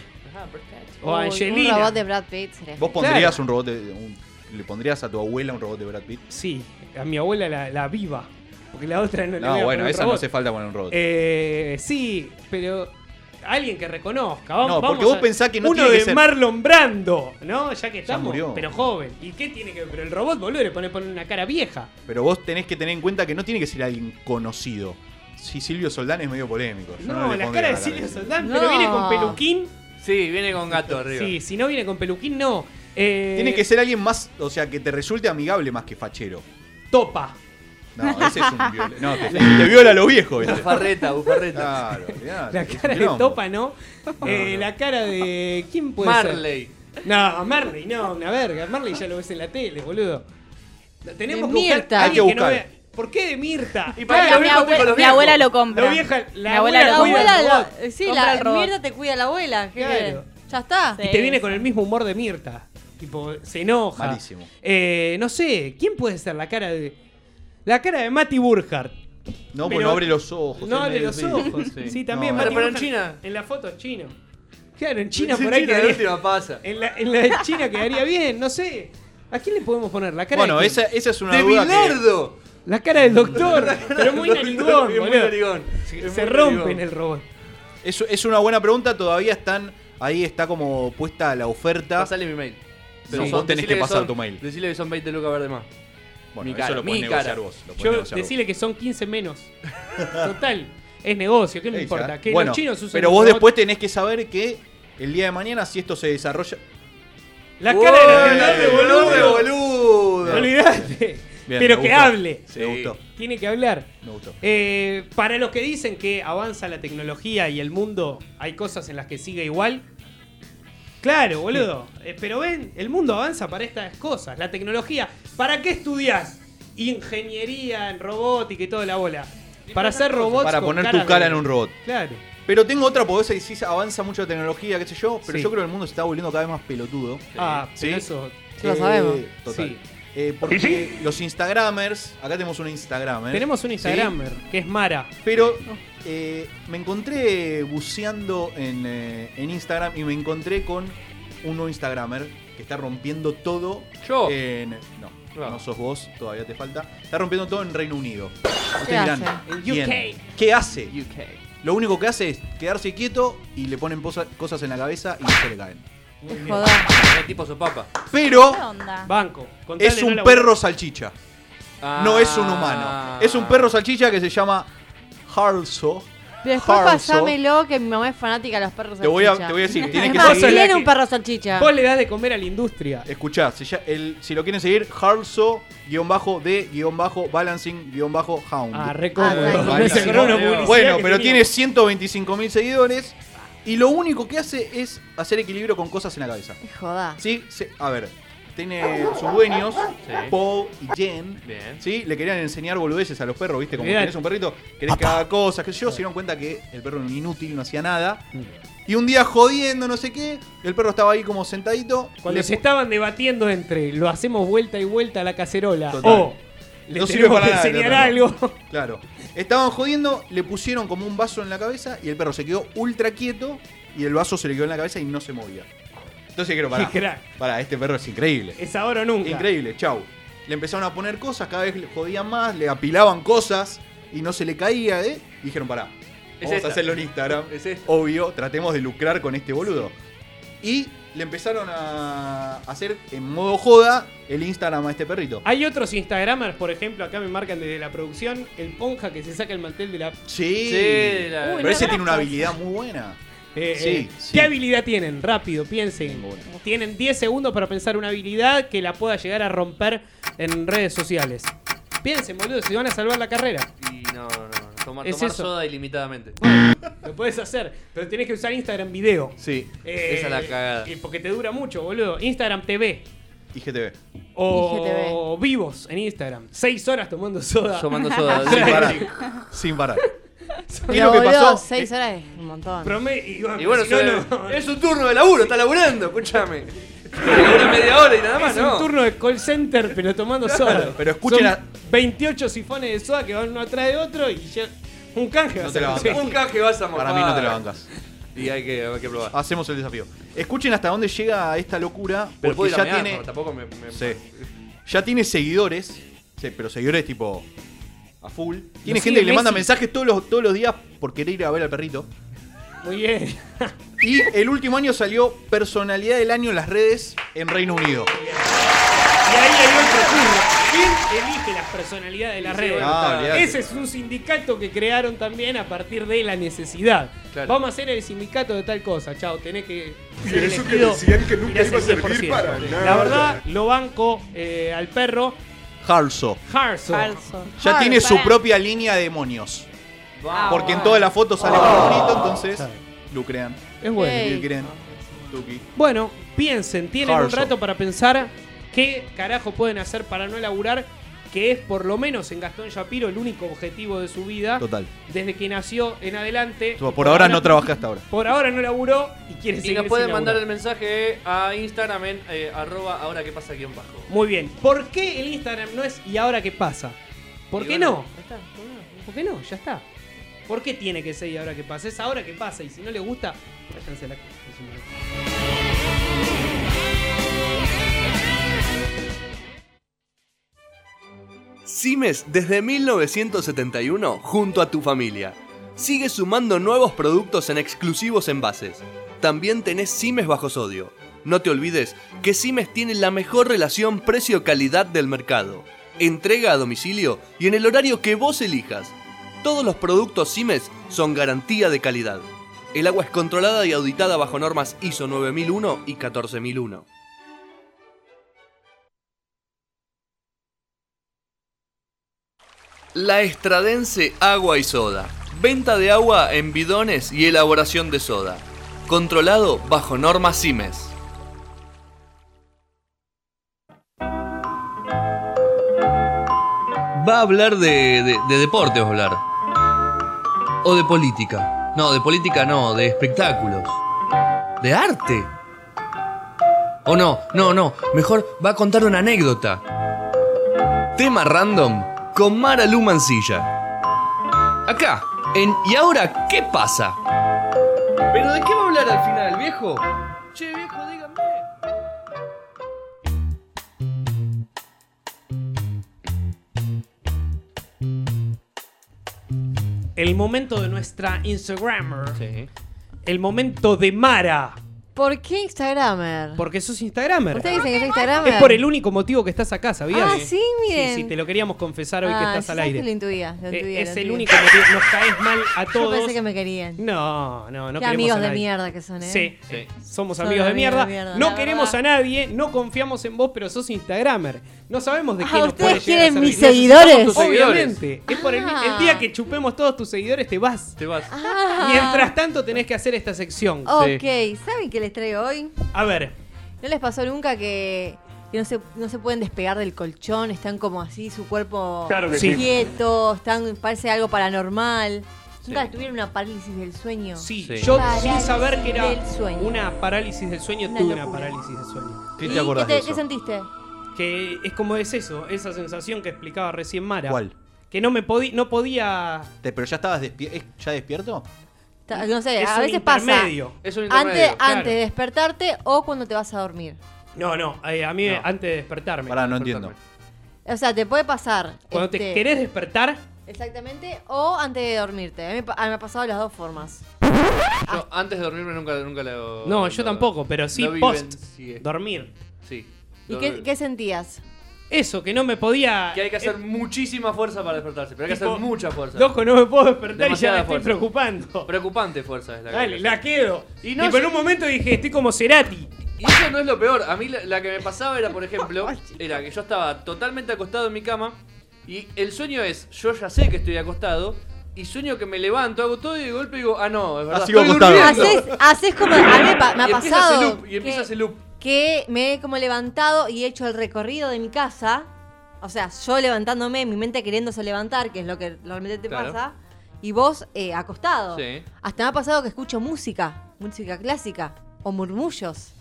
Speaker 5: O a
Speaker 7: Uy,
Speaker 5: Angelina.
Speaker 7: Un robot de Brad Pitt sería.
Speaker 8: Vos pondrías un robot de. un- ¿Le pondrías a tu abuela un robot de Brad Pitt?
Speaker 5: Sí, a mi abuela la, la viva. Porque la otra no le voy
Speaker 8: No,
Speaker 5: a
Speaker 8: bueno,
Speaker 5: poner
Speaker 8: esa no
Speaker 5: robot.
Speaker 8: hace falta poner un robot.
Speaker 5: Eh, sí, pero alguien que reconozca. Vamos,
Speaker 8: No, porque
Speaker 5: vamos
Speaker 8: vos
Speaker 5: a-
Speaker 8: pensás que no
Speaker 5: Uno
Speaker 8: tiene que
Speaker 5: de
Speaker 8: ser-
Speaker 5: Marlon Brando, ¿no? Ya que estamos,
Speaker 8: murió.
Speaker 5: pero joven. ¿Y qué tiene que ver? Pero el robot, boludo, le pone, pone una cara vieja.
Speaker 8: Pero vos tenés que tener en cuenta que no tiene que ser alguien conocido. Si Silvio Soldán es medio polémico. Yo
Speaker 5: No,
Speaker 8: le
Speaker 5: la
Speaker 8: pondría
Speaker 5: cara de Silvio Soldán,
Speaker 7: No.
Speaker 5: pero viene con peluquín.
Speaker 3: Sí, viene con gato arriba.
Speaker 5: Sí, si no viene con peluquín, no. Eh,
Speaker 8: Tiene que ser alguien más, o sea, que te resulte amigable más que fachero.
Speaker 5: Topa.
Speaker 8: No, ese es un viola. No, te, te viola a lo viejo. ese.
Speaker 3: Bufarreta, bufarreta.
Speaker 8: Claro, mirá,
Speaker 5: La
Speaker 8: es un
Speaker 5: cara de
Speaker 8: quilombo.
Speaker 5: Topa, ¿no? Eh,
Speaker 8: no.
Speaker 5: La cara de. ¿Quién puede
Speaker 3: Marley.
Speaker 5: ser? No, Marley, no, una verga. Marley ya lo ves en la tele, boludo. Tenemos
Speaker 7: De
Speaker 5: que buscar
Speaker 7: Mirta.
Speaker 5: a alguien
Speaker 8: Hay
Speaker 5: que
Speaker 8: que
Speaker 5: no
Speaker 8: buscar.
Speaker 5: vea. ¿Por qué de Mirta?
Speaker 9: Y para que los Mi viejos abue- tengan los mi viejos. abuela lo compra.
Speaker 5: La vieja, la
Speaker 9: Mi abuela
Speaker 5: abuela,
Speaker 9: lo
Speaker 5: lo
Speaker 9: compra.
Speaker 5: cuida.
Speaker 9: Abuela
Speaker 5: el
Speaker 7: La-
Speaker 5: robot.
Speaker 7: sí,
Speaker 9: Compra
Speaker 7: la
Speaker 9: el robot.
Speaker 7: mierda te cuida la abuela. ¿qué
Speaker 5: Claro.
Speaker 7: querés? Ya está.
Speaker 5: Y te viene con el mismo humor de Mirta. Tipo, se enoja.
Speaker 8: Malísimo.
Speaker 5: Eh, no sé, ¿quién puede ser la cara de. La cara de Mati Burkhardt? Pero-
Speaker 8: No, pues no abre los
Speaker 5: No
Speaker 8: ojos. en
Speaker 5: abre
Speaker 8: medio,
Speaker 5: los
Speaker 8: sí.
Speaker 5: ojos. Sí, también.
Speaker 8: No,
Speaker 5: Mati
Speaker 8: no.
Speaker 14: pero en
Speaker 5: Burkhardt-
Speaker 14: China.
Speaker 5: En la foto es chino. Claro, en China por
Speaker 3: Sí,
Speaker 5: ahí Eh,
Speaker 3: la
Speaker 5: quedaría-
Speaker 3: última pasa.
Speaker 5: En la, en la de China quedaría bien, no sé. ¿A quién le podemos poner? La cara
Speaker 8: Bueno,
Speaker 5: de
Speaker 8: esa, esa es una
Speaker 3: ¡De
Speaker 8: duda que-
Speaker 3: Bilardo!
Speaker 5: La cara del doctor. pero muy narigón,
Speaker 3: Es muy
Speaker 5: boludo.
Speaker 3: narigón.
Speaker 5: Se,
Speaker 3: Es
Speaker 5: se
Speaker 3: muy
Speaker 5: rompe en
Speaker 3: narigón.
Speaker 5: el robot.
Speaker 8: Es, es una buena pregunta, todavía están. Ahí está como puesta la oferta.
Speaker 3: Pasale mi mail.
Speaker 8: Pero
Speaker 3: Sí.
Speaker 8: vos tenés
Speaker 3: Decile
Speaker 8: que pasar
Speaker 3: son-
Speaker 8: tu mail.
Speaker 3: Decile que son 20 lucas verdes más.
Speaker 8: Bueno,
Speaker 3: mi
Speaker 8: eso
Speaker 3: cara,
Speaker 8: lo podés
Speaker 3: mi
Speaker 8: negociar
Speaker 3: cara.
Speaker 8: vos. lo podés
Speaker 5: Yo
Speaker 8: negociar vos.
Speaker 5: decirle que son 15 menos. Total. Es negocio, ¿qué le
Speaker 8: Ella.
Speaker 5: importa? Que
Speaker 8: Bueno,
Speaker 5: los chinos usen
Speaker 8: pero
Speaker 5: el
Speaker 8: vos
Speaker 5: robot.
Speaker 8: después tenés que saber que el día de mañana, si esto se desarrolla.
Speaker 5: La cara
Speaker 8: ¡Uy!
Speaker 5: de
Speaker 8: ¡No de
Speaker 5: boludo.
Speaker 3: boludo!
Speaker 5: Olvidate.
Speaker 8: Bien,
Speaker 5: pero
Speaker 8: me
Speaker 5: que
Speaker 8: gustó.
Speaker 5: hable.
Speaker 8: Sí, Me gustó.
Speaker 5: Tiene que hablar.
Speaker 8: Me gustó.
Speaker 5: Eh, para los que dicen que avanza la tecnología y el mundo, hay cosas en las que sigue igual. Claro, boludo. Eh, pero ven, el mundo avanza para estas cosas. La tecnología. ¿Para qué estudias ingeniería en robótica y toda la bola? Para hacer robots.
Speaker 8: Para
Speaker 5: con
Speaker 8: poner
Speaker 5: caras
Speaker 8: tu cara
Speaker 5: de-
Speaker 8: en un robot.
Speaker 5: Claro.
Speaker 8: Pero tengo otra, porque vos decís, avanza mucho la tecnología, qué sé yo, pero
Speaker 5: Sí.
Speaker 8: yo creo que el mundo se está volviendo cada vez más pelotudo.
Speaker 5: Ah,
Speaker 8: Sí.
Speaker 5: pero eso.
Speaker 7: Lo sabemos.
Speaker 8: Total.
Speaker 5: Sí.
Speaker 8: Eh, porque los Instagramers, acá tenemos un Instagramer.
Speaker 5: Tenemos un
Speaker 8: ¿sí?
Speaker 5: Instagramer que es Mara.
Speaker 8: Pero eh, me encontré buceando en, eh, en Instagram y me encontré con un nuevo Instagramer que está rompiendo todo.
Speaker 14: Yo.
Speaker 8: En, no,
Speaker 14: No.
Speaker 8: no sos vos, todavía te falta. Está rompiendo todo en Reino Unido. Ustedes
Speaker 7: ¿Qué
Speaker 8: dirán,
Speaker 7: hace?
Speaker 5: En
Speaker 8: bien,
Speaker 5: UK.
Speaker 8: ¿Qué hace?
Speaker 14: UK.
Speaker 8: Lo único que hace es quedarse quieto y le ponen posa- cosas en la cabeza y no se le caen.
Speaker 7: Joder.
Speaker 14: El tipo sopapa.
Speaker 8: Pero
Speaker 9: ¿Qué onda?
Speaker 5: Banco. con tal
Speaker 8: es
Speaker 5: de no
Speaker 8: un
Speaker 5: laburar.
Speaker 8: perro salchicha. No es un
Speaker 3: Ah.
Speaker 8: humano. Es un perro salchicha que se llama Harso.
Speaker 7: Pero después
Speaker 8: Harso.
Speaker 7: pasámelo que mi mamá es fanática de los perros
Speaker 8: Te voy a,
Speaker 7: salchicha.
Speaker 8: te voy a decir,
Speaker 7: Es
Speaker 8: tienen que
Speaker 7: más,
Speaker 5: seguir-
Speaker 7: tiene un perro salchicha.
Speaker 5: Vos le das de comer a la industria.
Speaker 8: Escuchá, si, ya- el- si lo quieren seguir, harso de balancing hound
Speaker 5: Ah, re cómodo.
Speaker 7: Ah,
Speaker 5: No se acordó una publicidad
Speaker 8: bueno,
Speaker 5: que
Speaker 8: pero
Speaker 5: tenía.
Speaker 8: tiene 125 mil seguidores y lo único que hace es hacer equilibrio con cosas en la cabeza.
Speaker 7: Joda.
Speaker 8: Sí, se- a ver, tiene sus dueños,
Speaker 14: Sí.
Speaker 8: Paul y Jen.
Speaker 14: Bien.
Speaker 8: Sí, le querían enseñar boludeces a los perros, ¿viste? Como que
Speaker 5: Mirá.
Speaker 8: tenés un perrito, querés que haga cosas, que yo, se dieron cuenta que el perro era un inútil, no hacía nada.
Speaker 5: Mm.
Speaker 8: Y un día jodiendo, no sé qué, el perro estaba ahí como sentadito.
Speaker 5: Cuando
Speaker 8: le
Speaker 5: se estaban debatiendo entre lo hacemos vuelta y vuelta a la cacerola
Speaker 8: Total.
Speaker 5: o le
Speaker 8: No sirve
Speaker 5: tenemos
Speaker 8: para
Speaker 5: que
Speaker 8: nada,
Speaker 5: enseñar
Speaker 8: no, no.
Speaker 5: algo.
Speaker 8: Claro. Estaban jodiendo, le pusieron como un vaso en la cabeza y el perro se quedó ultra quieto y el vaso se le quedó en la cabeza y no se movía. Entonces quiero pará.
Speaker 5: Qué crack.
Speaker 8: Pará, este perro es increíble.
Speaker 5: Es ahora o nunca.
Speaker 8: Increíble, chau. Le empezaron a poner cosas, cada vez le jodían más, le apilaban cosas y no se le caía, ¿eh? Y dijeron, pará,
Speaker 14: Es
Speaker 8: vamos
Speaker 14: esta.
Speaker 8: a hacerlo en Instagram.
Speaker 14: Es esta.
Speaker 8: Obvio, tratemos de lucrar con este boludo. Y le empezaron a hacer en modo joda el Instagram a este perrito.
Speaker 5: Hay otros Instagramers, por ejemplo, acá me marcan desde la producción, el ponja que se saca el mantel de la...
Speaker 8: Sí.
Speaker 14: Sí, la-
Speaker 9: Uy,
Speaker 8: Pero ese
Speaker 9: no
Speaker 8: tiene una
Speaker 9: conozco.
Speaker 8: habilidad muy buena.
Speaker 5: Eh,
Speaker 8: Sí,
Speaker 5: eh,
Speaker 8: sí.
Speaker 5: ¿Qué habilidad tienen? Rápido, piensen. Tienen 10 segundos para pensar una habilidad que la pueda llegar a romper en redes sociales. Piensen, boludo, si van a salvar la carrera.
Speaker 14: Y no, no, no. Toma,
Speaker 5: Es
Speaker 14: tomar
Speaker 5: eso.
Speaker 14: soda ilimitadamente.
Speaker 5: Lo puedes hacer, pero tenés que usar Instagram Video.
Speaker 8: Sí.
Speaker 5: Eh,
Speaker 14: Esa es la cagada.
Speaker 5: eh, Porque te dura mucho, boludo. Instagram TV.
Speaker 8: IGTV.
Speaker 5: O vivos en Instagram. Seis horas tomando soda.
Speaker 14: Yo mando soda.
Speaker 8: Sin
Speaker 14: sí.
Speaker 8: parar. Sin parar. ¿Qué es
Speaker 7: Pero,
Speaker 8: lo que
Speaker 7: boludo,
Speaker 8: pasó? Eh,
Speaker 7: seis horas es un montón.
Speaker 5: Prome- y, bueno,
Speaker 14: Y bueno,
Speaker 5: si no,
Speaker 14: soy-
Speaker 5: no.
Speaker 14: es un turno de laburo, está laburando, escúchame. Una media hora y nada más,
Speaker 5: Es
Speaker 14: ¿no?
Speaker 5: un turno de call center, pero tomando soda.
Speaker 8: pero escuchen
Speaker 5: Son
Speaker 8: a-
Speaker 5: 28 sifones de soda que van uno atrás de otro y ya... Un canje
Speaker 8: No
Speaker 5: vas
Speaker 8: te
Speaker 5: a
Speaker 8: la
Speaker 5: conseguir.
Speaker 8: bancas.
Speaker 14: Un caje vas a mojar.
Speaker 8: Para mí no te Ah, la bancas.
Speaker 14: Y hay que, hay que probar.
Speaker 8: Hacemos el desafío. Escuchen hasta dónde llega esta locura.
Speaker 14: Pero puedo ir
Speaker 8: Porque
Speaker 14: a
Speaker 8: ya
Speaker 14: mear,
Speaker 8: tiene.
Speaker 14: no, tampoco me... me-
Speaker 8: Sí. Ya tiene seguidores. Sí, pero seguidores tipo. A full. Tiene
Speaker 5: Lo sigue
Speaker 8: gente que le manda
Speaker 5: Messi.
Speaker 8: mensajes todos los, todos los días por querer ir a ver al perrito.
Speaker 5: Muy bien.
Speaker 8: Y el último año salió Personalidad del Año en las redes en Reino Unido.
Speaker 5: Y ahí hay otro turno. ¿Quién elige las personalidades de las
Speaker 14: Sí,
Speaker 5: redes?
Speaker 14: bueno,
Speaker 8: Ah,
Speaker 14: está-
Speaker 8: olvidate.
Speaker 5: Ese es un sindicato que crearon también a partir de la necesidad.
Speaker 14: Claro.
Speaker 5: Vamos a hacer el sindicato de tal cosa, chao, tenés que. ser elegido
Speaker 16: que
Speaker 5: y le haces 100%. La verdad, lo banco eh, al perro
Speaker 8: Harso.
Speaker 5: Harso.
Speaker 9: Falso.
Speaker 8: Ya
Speaker 9: Hard,
Speaker 8: tiene su
Speaker 9: pará. Ah,
Speaker 8: propia línea de demonios.
Speaker 14: Vamos.
Speaker 8: Porque en todas las fotos sale un bonito, entonces lucrean.
Speaker 5: Es bueno.
Speaker 7: Ey.
Speaker 8: Lucrean. Tuki.
Speaker 5: Bueno, piensen, tienen un
Speaker 8: Harso.
Speaker 5: rato para pensar qué carajo pueden hacer para no laburar que es por lo menos en Gastón Shapiro el único objetivo de su vida.
Speaker 8: Total.
Speaker 5: desde que nació en adelante.
Speaker 8: Por, ahora no trabajé hasta ahora.
Speaker 5: Por ahora no laburó y quiere
Speaker 14: Y
Speaker 5: seguir
Speaker 14: nos pueden
Speaker 5: sin
Speaker 14: mandar
Speaker 5: laburar.
Speaker 14: el mensaje a Instagram en eh, arroba ahora que pasa guión bajo.
Speaker 5: Muy bien. ¿Por qué el Instagram no es y ahora qué pasa? ¿Por
Speaker 14: Y
Speaker 5: qué
Speaker 14: bueno,
Speaker 5: no? ¿Por qué no? Ya está. ¿Por qué tiene que ser y ahora qué pasa? Es ahora que pasa y si no le gusta, váyanse a la
Speaker 3: Cimes desde 1971 junto a tu familia. Sigue sumando nuevos productos en exclusivos envases. También tenés Cimes bajo sodio. No te olvides que Cimes tiene la mejor relación precio-calidad del mercado. Entrega a domicilio y en el horario que vos elijas. Todos los productos Cimes son garantía de calidad. El agua es controlada y auditada bajo normas ISO 9001 y 14001. La Estradense Agua y Soda. Venta de agua en bidones y elaboración de soda. Controlado bajo normas CIMES. Va a hablar de, de, de deporte, va a hablar. O de política. No, de política no, de espectáculos. De arte. O no, no, no. Mejor va a contar una anécdota. Tema random con Mara Lu Mancilla. Acá, en ¿Y ahora qué pasa? ¿Pero de qué va a hablar al final, viejo? Che, viejo, dígame.
Speaker 5: El momento de nuestra Instagrammer. El momento de Mara.
Speaker 7: ¿Por qué Instagramer?
Speaker 5: Porque sos Instagrammer.
Speaker 7: ¿Ustedes dicen que soy Instagramer?
Speaker 5: Es por el único motivo que estás acá, ¿sabías?
Speaker 7: Ah, sí, miren.
Speaker 5: Sí, sí, te lo queríamos confesar hoy que
Speaker 7: Ah,
Speaker 5: estás
Speaker 7: yo
Speaker 5: al
Speaker 7: sabía
Speaker 5: aire.
Speaker 7: que lo intuía, lo
Speaker 5: Eh,
Speaker 7: intuía,
Speaker 5: es
Speaker 7: lo
Speaker 5: el
Speaker 7: intuía.
Speaker 5: único motivo. Nos caes mal a todos.
Speaker 7: Yo pensé que me querían.
Speaker 5: No, no, no
Speaker 7: Qué
Speaker 5: queremos
Speaker 7: amigos
Speaker 5: a
Speaker 7: de
Speaker 5: nadie.
Speaker 7: mierda que son, ¿eh?
Speaker 5: Sí, somos
Speaker 7: Son
Speaker 5: amigos de
Speaker 7: amigos de
Speaker 5: mierda.
Speaker 7: mierda,
Speaker 5: no
Speaker 7: la
Speaker 5: queremos
Speaker 7: verdad.
Speaker 5: a nadie, no confiamos en vos, pero sos Instagramer. No sabemos de
Speaker 7: Ah,
Speaker 5: qué nos
Speaker 7: ¿ustedes
Speaker 5: puede llegar a
Speaker 7: quieren
Speaker 5: servir.
Speaker 7: mis
Speaker 5: Necesitamos
Speaker 7: seguidores?
Speaker 5: tus Obviamente. Es por el,
Speaker 7: Ah.
Speaker 5: el día que chupemos todos tus seguidores, te vas.
Speaker 14: Te vas.
Speaker 7: Ah.
Speaker 5: Mientras tanto, tenés que hacer esta sección.
Speaker 7: Ok, ¿saben qué les traigo hoy?
Speaker 5: A ver,
Speaker 7: ¿No les pasó nunca que, que no, se, no se pueden despegar del colchón? Están como así, su cuerpo
Speaker 5: Claro que sí.
Speaker 7: quieto, están, parece algo paranormal. ¿Nunca tuvieron una parálisis del sueño?
Speaker 5: sí, yo sin
Speaker 7: Parálisis
Speaker 5: saber que era
Speaker 7: del sueño.
Speaker 5: una parálisis del sueño,
Speaker 7: Una
Speaker 5: tuve una
Speaker 7: locura.
Speaker 5: parálisis del sueño.
Speaker 7: ¿Y te- ¿Qué sentiste?
Speaker 5: Que es como es eso, esa sensación que explicaba recién Mara.
Speaker 8: ¿Cuál?
Speaker 5: Que no me podí, no podía.
Speaker 8: Te- ¿Pero ya estabas despi- eh, ya despierto?
Speaker 7: Ta- No sé,
Speaker 5: Es
Speaker 7: Eh, a
Speaker 5: un
Speaker 7: veces pasa.
Speaker 5: intermedio. Es un intermedio,
Speaker 7: Antes,
Speaker 5: claro.
Speaker 7: antes de despertarte o cuando te vas a dormir.
Speaker 5: No, no, eh, a mí antes de despertarme.
Speaker 8: Pará, no entiendo.
Speaker 7: O sea, te puede pasar.
Speaker 5: Cuando te
Speaker 7: este,
Speaker 5: querés despertar,
Speaker 7: Exactamente, o antes de dormirte. A mí me pa- a mí me ha pasado de las dos formas.
Speaker 14: Yo antes de dormirme nunca, nunca lo.
Speaker 5: no, yo tampoco, pero sí
Speaker 14: lo
Speaker 5: post
Speaker 14: vivencié.
Speaker 5: dormir.
Speaker 14: Sí.
Speaker 7: ¿Y
Speaker 14: lo-
Speaker 7: qué, qué sentías?
Speaker 5: Eso, que no me podía.
Speaker 14: Que hay que hacer muchísima fuerza para despertarse, pero hay que
Speaker 5: Tipo,
Speaker 14: hacer mucha fuerza.
Speaker 5: Loco, no me puedo despertar y ya
Speaker 14: Demasiada
Speaker 5: me estoy
Speaker 14: fuerza.
Speaker 5: preocupando.
Speaker 14: Preocupante fuerza es la que hay que
Speaker 5: Dale,
Speaker 14: hacer.
Speaker 5: la quedo.
Speaker 14: Y
Speaker 5: Y
Speaker 14: no
Speaker 5: en
Speaker 14: sé-
Speaker 5: un momento dije, estoy como Cerati.
Speaker 14: Y eso no es lo peor. A mí la, la que me pasaba era, por ejemplo, era que yo estaba totalmente acostado en mi cama y el sueño es, yo ya sé que estoy acostado y sueño que me levanto, hago todo y de golpe digo, ah, no, es verdad.
Speaker 8: Ah, sigo
Speaker 14: estoy
Speaker 8: acostado.
Speaker 14: durmiendo.
Speaker 7: Haces, haces como. A mí me, pa- me ha
Speaker 14: Y empieza ese
Speaker 7: pasado.
Speaker 14: loop, y empieza
Speaker 7: que-
Speaker 14: ese loop.
Speaker 7: que me he como levantado y he hecho el recorrido de mi casa. O sea, yo levantándome, mi mente queriéndose levantar, que es lo que realmente te
Speaker 14: Claro.
Speaker 7: pasa. Y vos eh, acostado.
Speaker 14: Sí.
Speaker 7: Hasta me ha pasado que escucho música, música clásica o murmullos.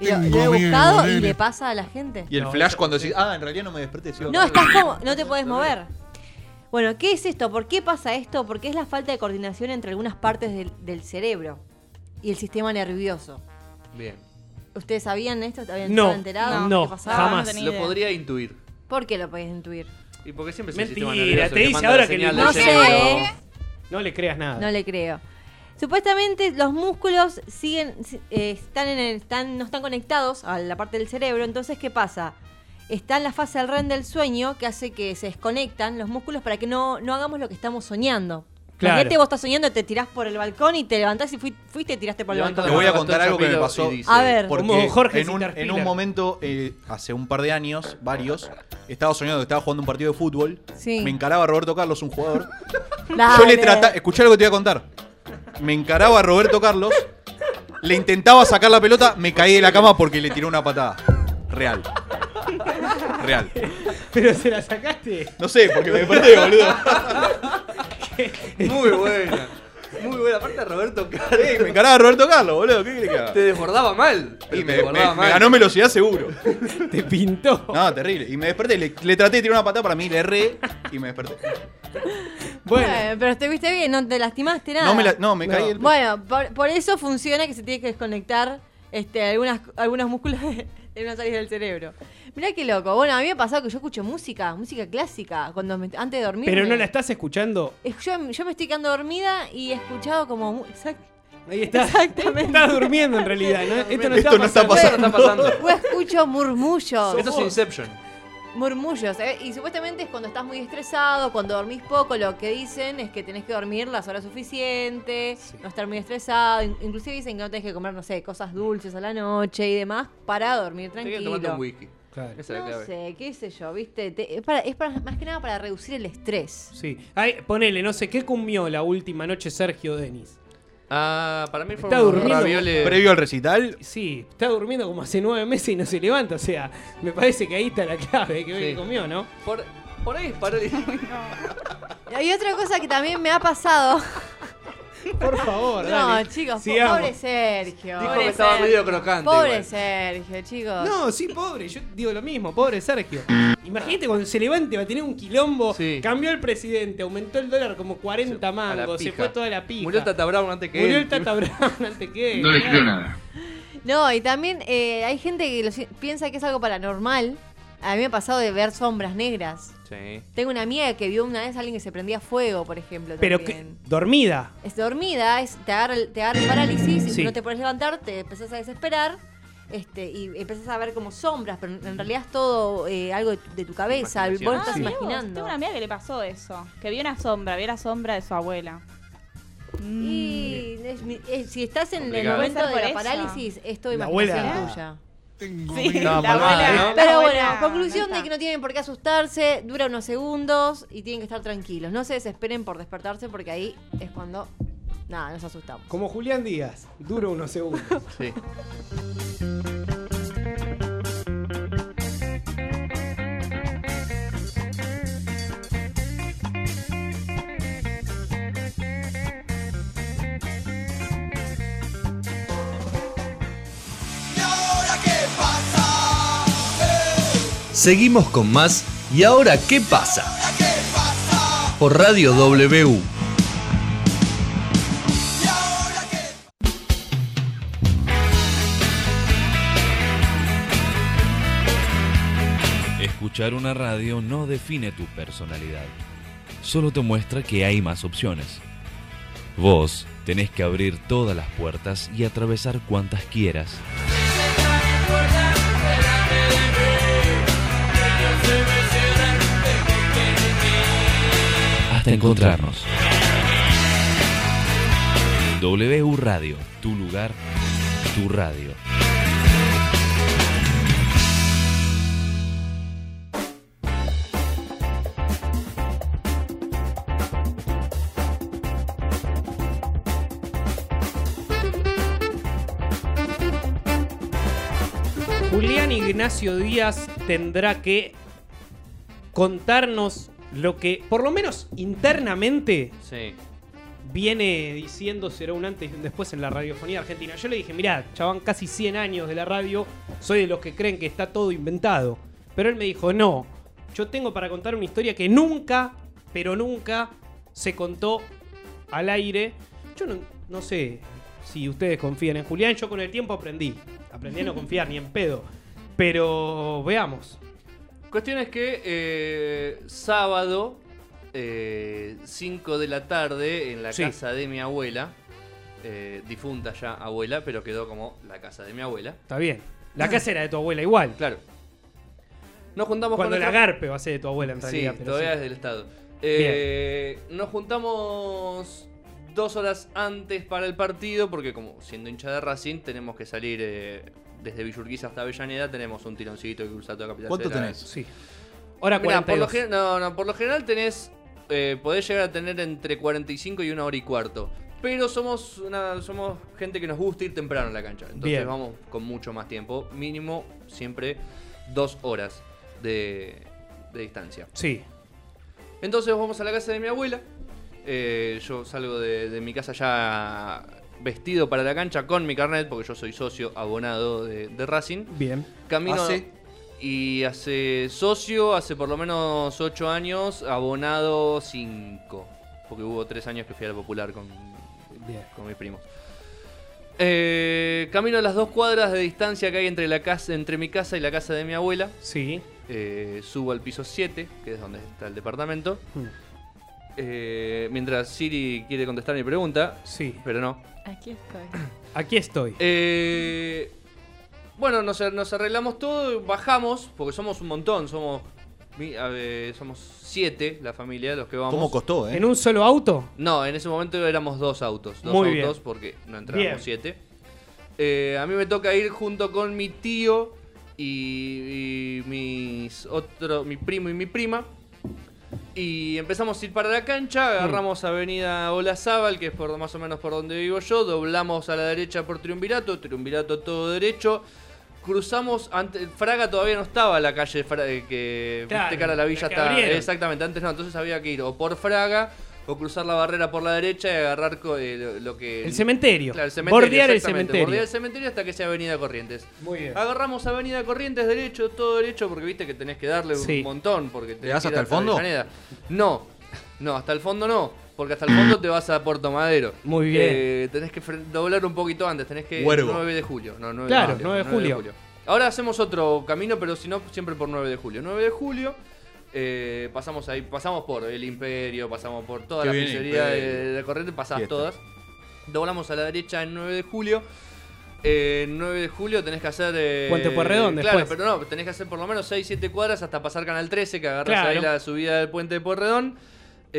Speaker 7: Y lo,
Speaker 8: Tengo
Speaker 7: lo he
Speaker 8: miedo,
Speaker 7: buscado y
Speaker 8: nene.
Speaker 7: le pasa a la gente.
Speaker 8: Y el
Speaker 5: No,
Speaker 8: flash
Speaker 5: yo-
Speaker 8: cuando decís, ah, en realidad no me desperté. sigo
Speaker 7: No,
Speaker 8: acostado".
Speaker 7: estás como, no te podés mover. Bueno, ¿qué es esto? ¿Por qué pasa esto? Porque es la falta de coordinación entre algunas partes del, del cerebro y el sistema nervioso.
Speaker 9: Ah,
Speaker 14: Bien.
Speaker 7: ¿Ustedes sabían esto? ¿Habían
Speaker 5: No,
Speaker 7: ¿Estaban enterados?
Speaker 5: no,
Speaker 7: ¿Qué pasaba?
Speaker 5: jamás.
Speaker 9: tenía
Speaker 14: Lo
Speaker 9: idea.
Speaker 14: podría intuir.
Speaker 7: ¿Por qué lo podés intuir?
Speaker 14: Y porque siempre es el sistema
Speaker 5: Mentira,
Speaker 14: nervioso
Speaker 5: te
Speaker 14: que
Speaker 5: dice
Speaker 14: manda la
Speaker 5: ahora que
Speaker 14: señal
Speaker 5: lo
Speaker 14: del
Speaker 7: No
Speaker 5: intuye.
Speaker 7: sé.
Speaker 14: cerebro.
Speaker 5: No le creas nada.
Speaker 7: No le creo. Supuestamente los músculos siguen, si- eh, están en el- están, no están conectados a la parte del cerebro, entonces ¿qué pasa? Está en la fase del REM del sueño que hace que se desconectan los músculos para que no, no hagamos lo que estamos soñando.
Speaker 5: Claro.
Speaker 7: Imagínate, vos estás soñando, te tirás por el balcón y te levantás y fui- fuiste y tiraste por el
Speaker 14: Levanta
Speaker 8: Te
Speaker 7: balcón.
Speaker 8: voy a
Speaker 14: Levantó
Speaker 8: contar algo que me
Speaker 14: Chapilo
Speaker 8: pasó.
Speaker 14: y dice-
Speaker 7: A ver,
Speaker 8: Porque
Speaker 5: Como Jorge
Speaker 8: en, un,
Speaker 5: Sinterpiller.
Speaker 8: en un momento, eh, hace un par de años, varios, estaba soñando que estaba jugando un partido de fútbol.
Speaker 7: Sí.
Speaker 8: Me encaraba Roberto Carlos, un jugador. Yo
Speaker 7: dale.
Speaker 8: le trataba. Escuchá lo que te voy a contar. Me encaraba a Roberto Carlos. Le intentaba sacar la pelota. Me caí de la cama porque le tiró una patada. Real. Real.
Speaker 5: Pero se la sacaste.
Speaker 8: No sé, porque me perdí, boludo.
Speaker 3: Muy buena. Muy buena. Aparte de Roberto Carlos.
Speaker 8: Me encaraba Roberto Carlos, boludo. ¿Qué crees que haga?
Speaker 3: Te desbordaba mal.
Speaker 8: Y
Speaker 3: Te
Speaker 8: me,
Speaker 3: desbordaba
Speaker 8: me- me
Speaker 3: mal.
Speaker 8: ganó velocidad seguro.
Speaker 5: Te pintó.
Speaker 8: No, terrible. Y me desperté, le, le traté de tirar una patada para mí, le erré y me desperté.
Speaker 7: Bueno, pero estuviste bien, no te lastimaste nada.
Speaker 8: No me la- no, me caí el-
Speaker 7: Bueno, por, por eso funciona que se tiene que desconectar este, algunas, algunos músculos de, de unas áreas del cerebro. Mirá qué loco. Bueno, a mí me ha pasado que yo escucho música, música clásica, cuando me- antes de dormir.
Speaker 5: Pero no la estás escuchando.
Speaker 7: Yo, yo me estoy quedando dormida y he escuchado como... mu- exact-
Speaker 5: Ahí está. Exactamente. Estás durmiendo en realidad. ¿no? Esto no está
Speaker 8: Esto no está
Speaker 5: pasando.
Speaker 8: pasando.
Speaker 7: O escucho murmullos.
Speaker 3: Esto es Inception.
Speaker 7: Murmullos, ¿eh? y supuestamente es cuando estás muy estresado, cuando dormís poco, lo que dicen es que tenés que dormir las horas suficientes, no estar muy estresado, In- inclusive dicen que no tenés que comer, no sé, cosas dulces a la noche y demás para dormir
Speaker 3: Tenía que tomarte
Speaker 7: tranquilo.
Speaker 3: un wiki.
Speaker 5: Claro.
Speaker 3: Esa es la
Speaker 7: No
Speaker 3: clave.
Speaker 7: sé, qué sé yo, viste, Te- es, para, es para- más que nada para reducir el estrés.
Speaker 5: Sí. Ay, ponele, no sé, ¿qué comió la última noche Sergio Denis?
Speaker 3: Ah, para mí fue
Speaker 5: Está
Speaker 3: un
Speaker 5: durmiendo.
Speaker 3: raviole.
Speaker 8: Previo al recital,
Speaker 5: Sí, está durmiendo como hace nueve meses y no se levanta. O sea, me parece que ahí está la clave que
Speaker 3: Sí.
Speaker 5: comió, ¿no?
Speaker 3: Por, por ahí es parálisis.
Speaker 7: Y hay otra cosa que también me ha pasado.
Speaker 5: Por favor,
Speaker 7: No,
Speaker 5: dale.
Speaker 7: chicos, po-
Speaker 5: Sigamos.
Speaker 7: pobre Sergio.
Speaker 3: Dijo
Speaker 7: pobre
Speaker 3: que estaba
Speaker 7: Sergio.
Speaker 3: medio crocante.
Speaker 7: Pobre
Speaker 3: igual.
Speaker 7: Sergio, chicos.
Speaker 5: No, sí, pobre, yo digo lo mismo, pobre Sergio. Imagínate cuando se levante va a tener un quilombo.
Speaker 3: Sí.
Speaker 5: Cambió el presidente, aumentó el dólar como 40
Speaker 3: A la
Speaker 5: mangos, se
Speaker 3: pija.
Speaker 5: fue toda la pija.
Speaker 3: Murió Tata Brown antes que
Speaker 5: Murió
Speaker 3: él.
Speaker 5: el Tata Brown antes que él.
Speaker 7: No, y también eh, hay gente que lo si- piensa que es algo paranormal. A mí me ha pasado de ver sombras negras.
Speaker 3: Sí.
Speaker 7: Tengo una amiga que vio una vez a alguien que se prendía fuego, por ejemplo.
Speaker 5: Pero que,
Speaker 7: también.
Speaker 5: dormida.
Speaker 7: Es dormida, es, te, agarra, el- te agarra el parálisis,
Speaker 5: Sí.
Speaker 7: y no te podés levantar, te empezás a desesperar este, y empezás a ver como sombras, pero en realidad es todo eh, algo de tu, de tu cabeza, vos lo
Speaker 3: Imaginación.
Speaker 7: estás
Speaker 3: Sí.
Speaker 9: mirá vos,
Speaker 7: imaginando.
Speaker 9: Ah, Tengo una amiga que le pasó eso. Que vio una sombra, vio la sombra de su abuela. Mm.
Speaker 7: Y es mi- es- si estás en el
Speaker 3: Complicado.
Speaker 7: momento de
Speaker 9: Puede ser
Speaker 7: la
Speaker 9: por eso.
Speaker 7: parálisis, es todo
Speaker 5: La abuela.
Speaker 7: imaginación tuya.
Speaker 9: Sí,
Speaker 3: No,
Speaker 9: la
Speaker 3: mal,
Speaker 9: abuela.
Speaker 3: ¿no?
Speaker 9: la
Speaker 7: Pero bueno,
Speaker 9: abuela,
Speaker 7: conclusión
Speaker 9: Ah, no
Speaker 7: de
Speaker 9: está.
Speaker 7: que no tienen por qué asustarse, dura unos segundos y tienen que estar tranquilos. No se desesperen por despertarse porque ahí es cuando, nada, nos asustamos.
Speaker 5: Como Julián Díaz, dura unos segundos.
Speaker 3: Sí.
Speaker 2: Seguimos con más y ahora qué pasa. Por Radio W.
Speaker 1: Escuchar una radio no define tu personalidad, solo te muestra que hay más opciones. Vos tenés que abrir todas las puertas y atravesar cuantas quieras. Hasta encontrarnos. W Radio, tu lugar, tu radio.
Speaker 5: Julián Ignacio Díaz tendrá que contarnos lo que, por lo menos internamente,
Speaker 3: Sí.
Speaker 5: viene diciendo será un antes y un después en la radiofonía argentina. Yo le dije, mirá, ya van casi 100 años de la radio, soy de los que creen que está todo inventado. Pero él me dijo, no, yo tengo para contar una historia que nunca, pero nunca se contó al aire. Yo no, no sé si ustedes confían en Julián, yo con el tiempo aprendí. Aprendí a no confiar ni en pedo. Pero veamos.
Speaker 3: Cuestión es que eh, sábado, eh, 5 de la tarde, en la
Speaker 5: Sí.
Speaker 3: casa de mi abuela, eh, difunta ya abuela, pero quedó como la casa de mi abuela.
Speaker 5: Está bien.
Speaker 3: Ah.
Speaker 5: La casa era de tu abuela igual.
Speaker 3: Claro. Nos juntamos
Speaker 5: Cuando
Speaker 3: con
Speaker 5: la
Speaker 3: nuestra-
Speaker 5: garpe va a ser de tu abuela en
Speaker 3: Sí,
Speaker 5: realidad. pero
Speaker 3: todavía
Speaker 5: sí.
Speaker 3: es del Estado. Eh, nos juntamos dos horas antes para el partido, porque como siendo hincha de Racing, tenemos que salir eh, desde Villurquiza hasta Avellaneda, tenemos un tironcito que cruza toda Capital
Speaker 8: ¿cuánto
Speaker 3: Federal.
Speaker 8: tenés?
Speaker 5: Sí. Hora
Speaker 3: Mirá,
Speaker 5: 42.
Speaker 3: por lo gen- no, no, por lo general tenés. eh, podés llegar a tener entre 45 y una hora y cuarto. Pero somos una, somos gente que nos gusta ir temprano a la cancha. Entonces
Speaker 5: Bien.
Speaker 3: vamos con mucho más tiempo. Mínimo siempre dos horas. de, de distancia.
Speaker 5: Sí.
Speaker 3: Entonces vamos a la casa de mi abuela. Eh, yo salgo de, de mi casa ya vestido para la cancha con mi carnet, porque yo soy socio abonado de, de Racing.
Speaker 5: Bien.
Speaker 3: Camino
Speaker 5: Hace-
Speaker 3: y hace socio, hace por lo menos 8 años, abonado 5. Porque hubo 3 años que fui a la popular con, con mis primos. Eh, camino a las dos cuadras de distancia que hay entre, la casa, entre mi casa y la casa de mi abuela. Eh,
Speaker 5: Sí.
Speaker 3: subo al piso 7, que es donde está el departamento.
Speaker 5: Hmm.
Speaker 3: Eh, mientras Siri quiere contestar mi pregunta.
Speaker 5: Sí.
Speaker 3: Pero no.
Speaker 9: Aquí estoy.
Speaker 5: Aquí estoy.
Speaker 3: Eh, bueno, nos, nos arreglamos todo y bajamos, porque somos un montón, somos, mi- a ver, somos siete la familia, los que vamos.
Speaker 8: ¿Cómo costó, eh?
Speaker 5: ¿En un solo auto?
Speaker 3: No, en ese momento éramos dos autos, dos
Speaker 5: Muy
Speaker 3: autos,
Speaker 5: bien.
Speaker 3: porque no entrábamos
Speaker 5: Bien.
Speaker 3: siete. Eh, a mí me toca ir junto con mi tío y, y mis otro, mi primo y mi prima. Y empezamos a ir para la
Speaker 5: Mm.
Speaker 3: cancha, agarramos Avenida Olazábal, que es por más o menos por donde vivo yo, doblamos a la derecha por Triunvirato, Triunvirato todo derecho, cruzamos, antes, Fraga todavía no estaba la calle Fra- eh, que
Speaker 5: Claro,
Speaker 3: viste cara a la
Speaker 5: la
Speaker 3: villa
Speaker 5: que
Speaker 3: está,
Speaker 5: abrieron.
Speaker 3: exactamente, antes no, entonces había que ir o por Fraga o cruzar la barrera por la derecha y agarrar co- eh, lo- lo que...
Speaker 5: El cementerio.
Speaker 3: Claro, el cementerio,
Speaker 5: Bordear el
Speaker 3: exactamente,
Speaker 5: cementerio.
Speaker 3: Bordear Ah, el cementerio hasta que sea Avenida Corrientes.
Speaker 5: Muy bien.
Speaker 3: Agarramos Avenida Corrientes derecho, todo derecho, porque viste que tenés que darle
Speaker 5: Sí.
Speaker 3: un montón. Porque tenés
Speaker 8: vas
Speaker 3: que ir
Speaker 8: hasta el fondo?
Speaker 3: Avellaneda. No, no, hasta el fondo no. Porque hasta el fondo te vas a Puerto Madero.
Speaker 5: Muy bien.
Speaker 3: Eh, tenés que fre- doblar un poquito antes, tenés que
Speaker 5: Huergo.
Speaker 3: 9 de julio. No, 9
Speaker 5: Claro,
Speaker 3: de julio,
Speaker 5: 9 de julio.
Speaker 3: Ahora hacemos otro camino, pero si no, siempre por 9 de julio. 9 de julio. eh, pasamos ahí, pasamos por el Imperio, pasamos por toda
Speaker 8: Qué
Speaker 3: la
Speaker 8: bien,
Speaker 3: pizzería de,
Speaker 8: Imperio.
Speaker 3: de Corrientes, pasás
Speaker 8: Fiesta.
Speaker 3: todas. Doblamos a la derecha en 9 de julio. Eh, 9 de julio tenés que hacer. eh,
Speaker 5: Puente Pueyrredón
Speaker 3: Claro,
Speaker 5: después.
Speaker 3: pero no, tenés que hacer por lo menos 6, 7 cuadras hasta pasar Canal 13, que agarras
Speaker 5: Claro.
Speaker 3: ahí la subida del Puente de Porredón.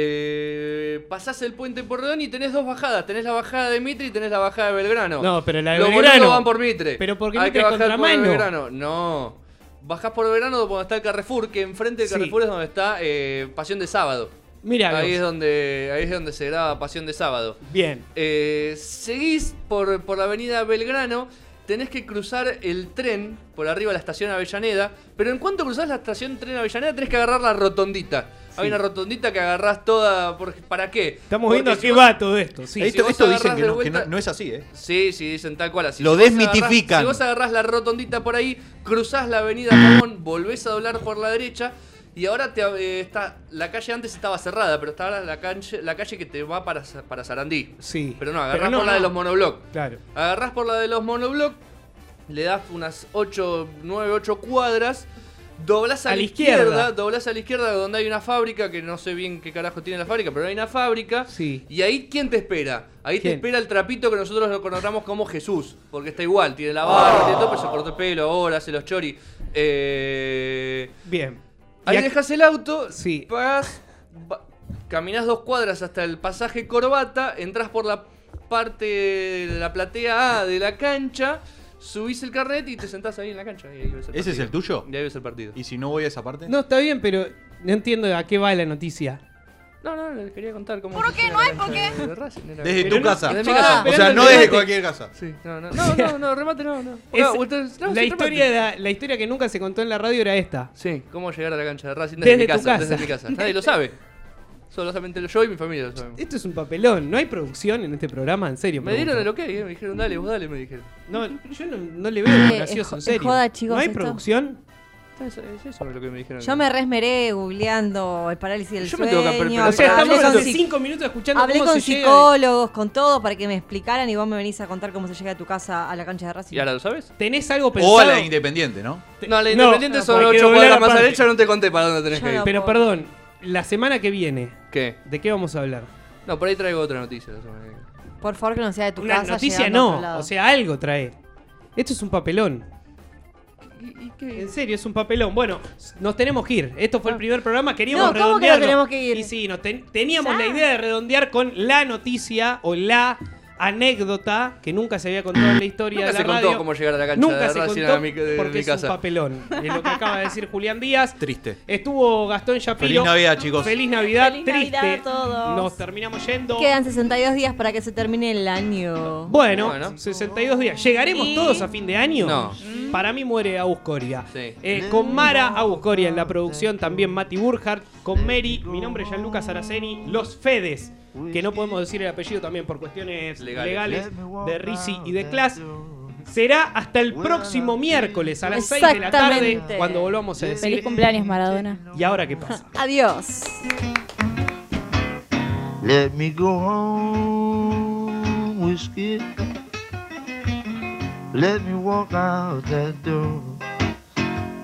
Speaker 3: Eh, pasás el Puente de Porredón y tenés dos bajadas. Tenés la bajada de Mitre y tenés la bajada de Belgrano.
Speaker 5: No, pero la de
Speaker 3: Los
Speaker 5: Belgrano-
Speaker 3: boludos van por Mitre.
Speaker 5: Pero porque
Speaker 3: Hay
Speaker 5: Mitre
Speaker 3: que
Speaker 5: es
Speaker 3: bajar por
Speaker 5: contramano.
Speaker 3: Belgrano. No. Bajás por Belgrano donde está el Carrefour, que enfrente del
Speaker 5: Sí.
Speaker 3: Carrefour es donde está eh, Pasión de Sábado.
Speaker 5: Mirá
Speaker 3: ahí
Speaker 5: vos.
Speaker 3: es donde Ahí es donde se graba Pasión de Sábado.
Speaker 5: Bien.
Speaker 3: Eh, seguís por, por la avenida Belgrano, tenés que cruzar el tren por arriba de la estación Avellaneda, pero en cuanto cruzás la estación tren Avellaneda tenés que agarrar la rotondita. Hay una rotondita que agarrás toda... por- ¿Para qué?
Speaker 5: Estamos
Speaker 3: Porque
Speaker 5: viendo a
Speaker 3: si
Speaker 5: qué
Speaker 3: vos-
Speaker 5: va todo esto. Sí.
Speaker 3: Ahí
Speaker 8: esto
Speaker 3: vos
Speaker 8: esto dicen
Speaker 3: agarrás
Speaker 8: que,
Speaker 3: de
Speaker 8: no, que
Speaker 3: vuelta-
Speaker 8: no- no es así, ¿eh?
Speaker 3: Sí, sí, dicen tal cual así.
Speaker 8: Lo
Speaker 3: vos agarrás-
Speaker 8: desmitifican.
Speaker 3: si vos agarrás la rotondita por ahí, cruzás la avenida Pavón, volvés a doblar por la derecha y ahora te, eh, está, la calle antes estaba cerrada, pero está ahora la calle, la calle que te va para, Sa- para Sarandí.
Speaker 5: Sí.
Speaker 3: Pero no, agarrás
Speaker 5: Pero no,
Speaker 3: por la de
Speaker 5: no.
Speaker 3: los monobloc.
Speaker 5: Claro.
Speaker 3: Agarrás por la de los monobloc, le das unas 8, 9, 8 cuadras, doblás a, la izquierda, doblás a la izquierda donde hay una fábrica, que no sé bien qué carajo tiene la fábrica, pero hay una fábrica.
Speaker 5: Sí.
Speaker 3: Y ahí, ¿quién te espera? Ahí
Speaker 5: ¿Quién?
Speaker 3: te espera el trapito que nosotros lo conocemos como Jesús, porque está igual, tiene la barba, tiene todo, pero se cortó el pelo ahora, hace los chori. Eh...
Speaker 5: Bien.
Speaker 3: Ahí
Speaker 5: Y ac-
Speaker 3: dejas el auto,
Speaker 5: Sí.
Speaker 3: pagás, va- caminás dos cuadras hasta el pasaje Corbata, entras por la parte de la platea A de la cancha, subís el carnet y te sentás ahí en la cancha. y ahí ves
Speaker 8: ¿Ese es
Speaker 3: partido.
Speaker 8: el tuyo?
Speaker 3: Y ahí ves el partido.
Speaker 8: ¿Y si no voy a esa parte?
Speaker 5: No, está bien, pero no entiendo a qué va la noticia.
Speaker 3: No, no, les quería contar cómo.
Speaker 9: ¿Por qué? ¿No hay por qué?
Speaker 8: Desde
Speaker 3: Pero
Speaker 8: tu
Speaker 3: no-
Speaker 8: casa.
Speaker 3: desde mi casa.
Speaker 8: O sea, no desde
Speaker 5: Esperando
Speaker 8: cualquier casa.
Speaker 3: Sí, no, no, no, no, no, remate, no, no.
Speaker 5: Es-
Speaker 3: No, ustedes- no, sí,
Speaker 5: la,
Speaker 3: remate.
Speaker 5: historia era- la historia que nunca se contó en la radio era esta.
Speaker 3: Sí, cómo llegar a la cancha de Racing
Speaker 5: Desde
Speaker 3: desde, mi
Speaker 5: tu
Speaker 3: casa,
Speaker 5: casa.
Speaker 3: desde mi casa. Nadie lo sabe. Solamente yo y mi familia lo sabemos.
Speaker 5: Esto es un papelón. No hay producción en este programa, en serio.
Speaker 3: Me dieron el ok, eh, me dijeron, dale, vos dale, me dijeron.
Speaker 5: No, yo no, no le veo lo
Speaker 7: Eh,
Speaker 5: gracioso, en
Speaker 7: es jo-
Speaker 5: serio.
Speaker 7: es joda, chicos,
Speaker 5: ¿No hay
Speaker 7: esto.
Speaker 5: producción?
Speaker 3: Es es eso lo que me dijeron.
Speaker 7: Yo me resmeré googleando el parálisis del
Speaker 3: Yo me
Speaker 7: sueño.
Speaker 3: tengo que aper-
Speaker 5: O sea,
Speaker 3: Hablé
Speaker 5: estamos
Speaker 7: Ah, hablé con,
Speaker 5: hace
Speaker 7: psic-
Speaker 5: cinco minutos escuchando
Speaker 7: hablé
Speaker 5: cómo
Speaker 7: con
Speaker 5: se llega.
Speaker 7: psicólogos, con todo, para que me explicaran y vos me venís a contar cómo se llega a tu casa a la cancha de Racing.
Speaker 3: ¿Y ahora lo sabes?
Speaker 5: ¿Tenés algo pensado?
Speaker 8: O a la independiente, ¿no?
Speaker 3: No, la
Speaker 5: No,
Speaker 3: Independiente
Speaker 5: no,
Speaker 3: son
Speaker 5: porque
Speaker 3: 8
Speaker 5: doblar
Speaker 3: cuadras más a
Speaker 5: aparte.
Speaker 3: la derecha, no te conté para dónde tenés
Speaker 7: Yo
Speaker 3: que ir.
Speaker 7: no.
Speaker 5: Pero perdón, la semana que viene,
Speaker 3: ¿Qué?
Speaker 5: ¿de qué vamos a hablar?
Speaker 3: No, por ahí traigo otra noticia. la semana que viene.
Speaker 7: Por favor, que no sea de tu
Speaker 5: Una
Speaker 7: casa.
Speaker 5: noticia
Speaker 7: llegando a otro
Speaker 5: no,
Speaker 7: lado.
Speaker 5: o sea, algo trae. Esto es un papelón. En serio, es un papelón. Bueno, nos tenemos que ir. Esto fue el primer programa. Queríamos
Speaker 7: No, ¿cómo que nos
Speaker 5: redondearlo.
Speaker 7: tenemos que ir?
Speaker 5: Y sí, nos ten- teníamos la idea de redondear con la noticia o la anécdota que nunca se había contado en la historia
Speaker 3: Nunca
Speaker 5: de la
Speaker 3: se contó
Speaker 5: radio.
Speaker 3: cómo llegar a la cancha
Speaker 5: Nunca
Speaker 3: de
Speaker 5: se
Speaker 3: Racing
Speaker 5: contó
Speaker 3: a mi, de
Speaker 5: porque
Speaker 3: mi
Speaker 5: es
Speaker 3: casa.
Speaker 5: un papelón. Es lo que acaba de decir Julián Díaz.
Speaker 8: Triste.
Speaker 5: Estuvo Gastón Shapiro.
Speaker 8: Feliz Navidad, chicos.
Speaker 5: Feliz Navidad.
Speaker 9: Feliz
Speaker 5: Triste.
Speaker 9: Navidad a todos.
Speaker 5: Nos terminamos yendo.
Speaker 7: Quedan 62 días para que se termine el año.
Speaker 5: Bueno,
Speaker 3: Bueno.
Speaker 5: 62 días. ¿Llegaremos
Speaker 9: Y- Mm.
Speaker 5: todos a fin de año?
Speaker 3: No.
Speaker 5: Para mí muere Abuscoria.
Speaker 14: Sí.
Speaker 5: Eh, con Mara Abuscoria en la producción, también Mati Burhardt. Con Mary, mi nombre es Gianluca Saraceni. Los Fedes, que no podemos decir el apellido también por cuestiones
Speaker 14: Legales.
Speaker 5: legales, de Risi y de Class. Será hasta el próximo miércoles a las 6 de la tarde
Speaker 9: Exactamente.
Speaker 5: cuando volvamos a decir.
Speaker 9: Feliz cumpleaños, Maradona.
Speaker 5: ¿Y ahora qué pasa?
Speaker 9: Adiós.
Speaker 10: Let me go home, whiskey. Let me walk out that door.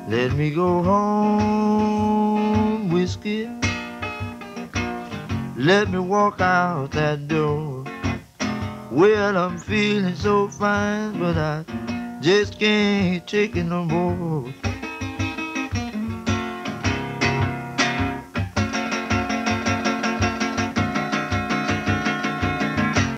Speaker 10: Let me go home, whiskey. Let me walk out that door. Well, I'm feeling so fine, but I just can't take it no more.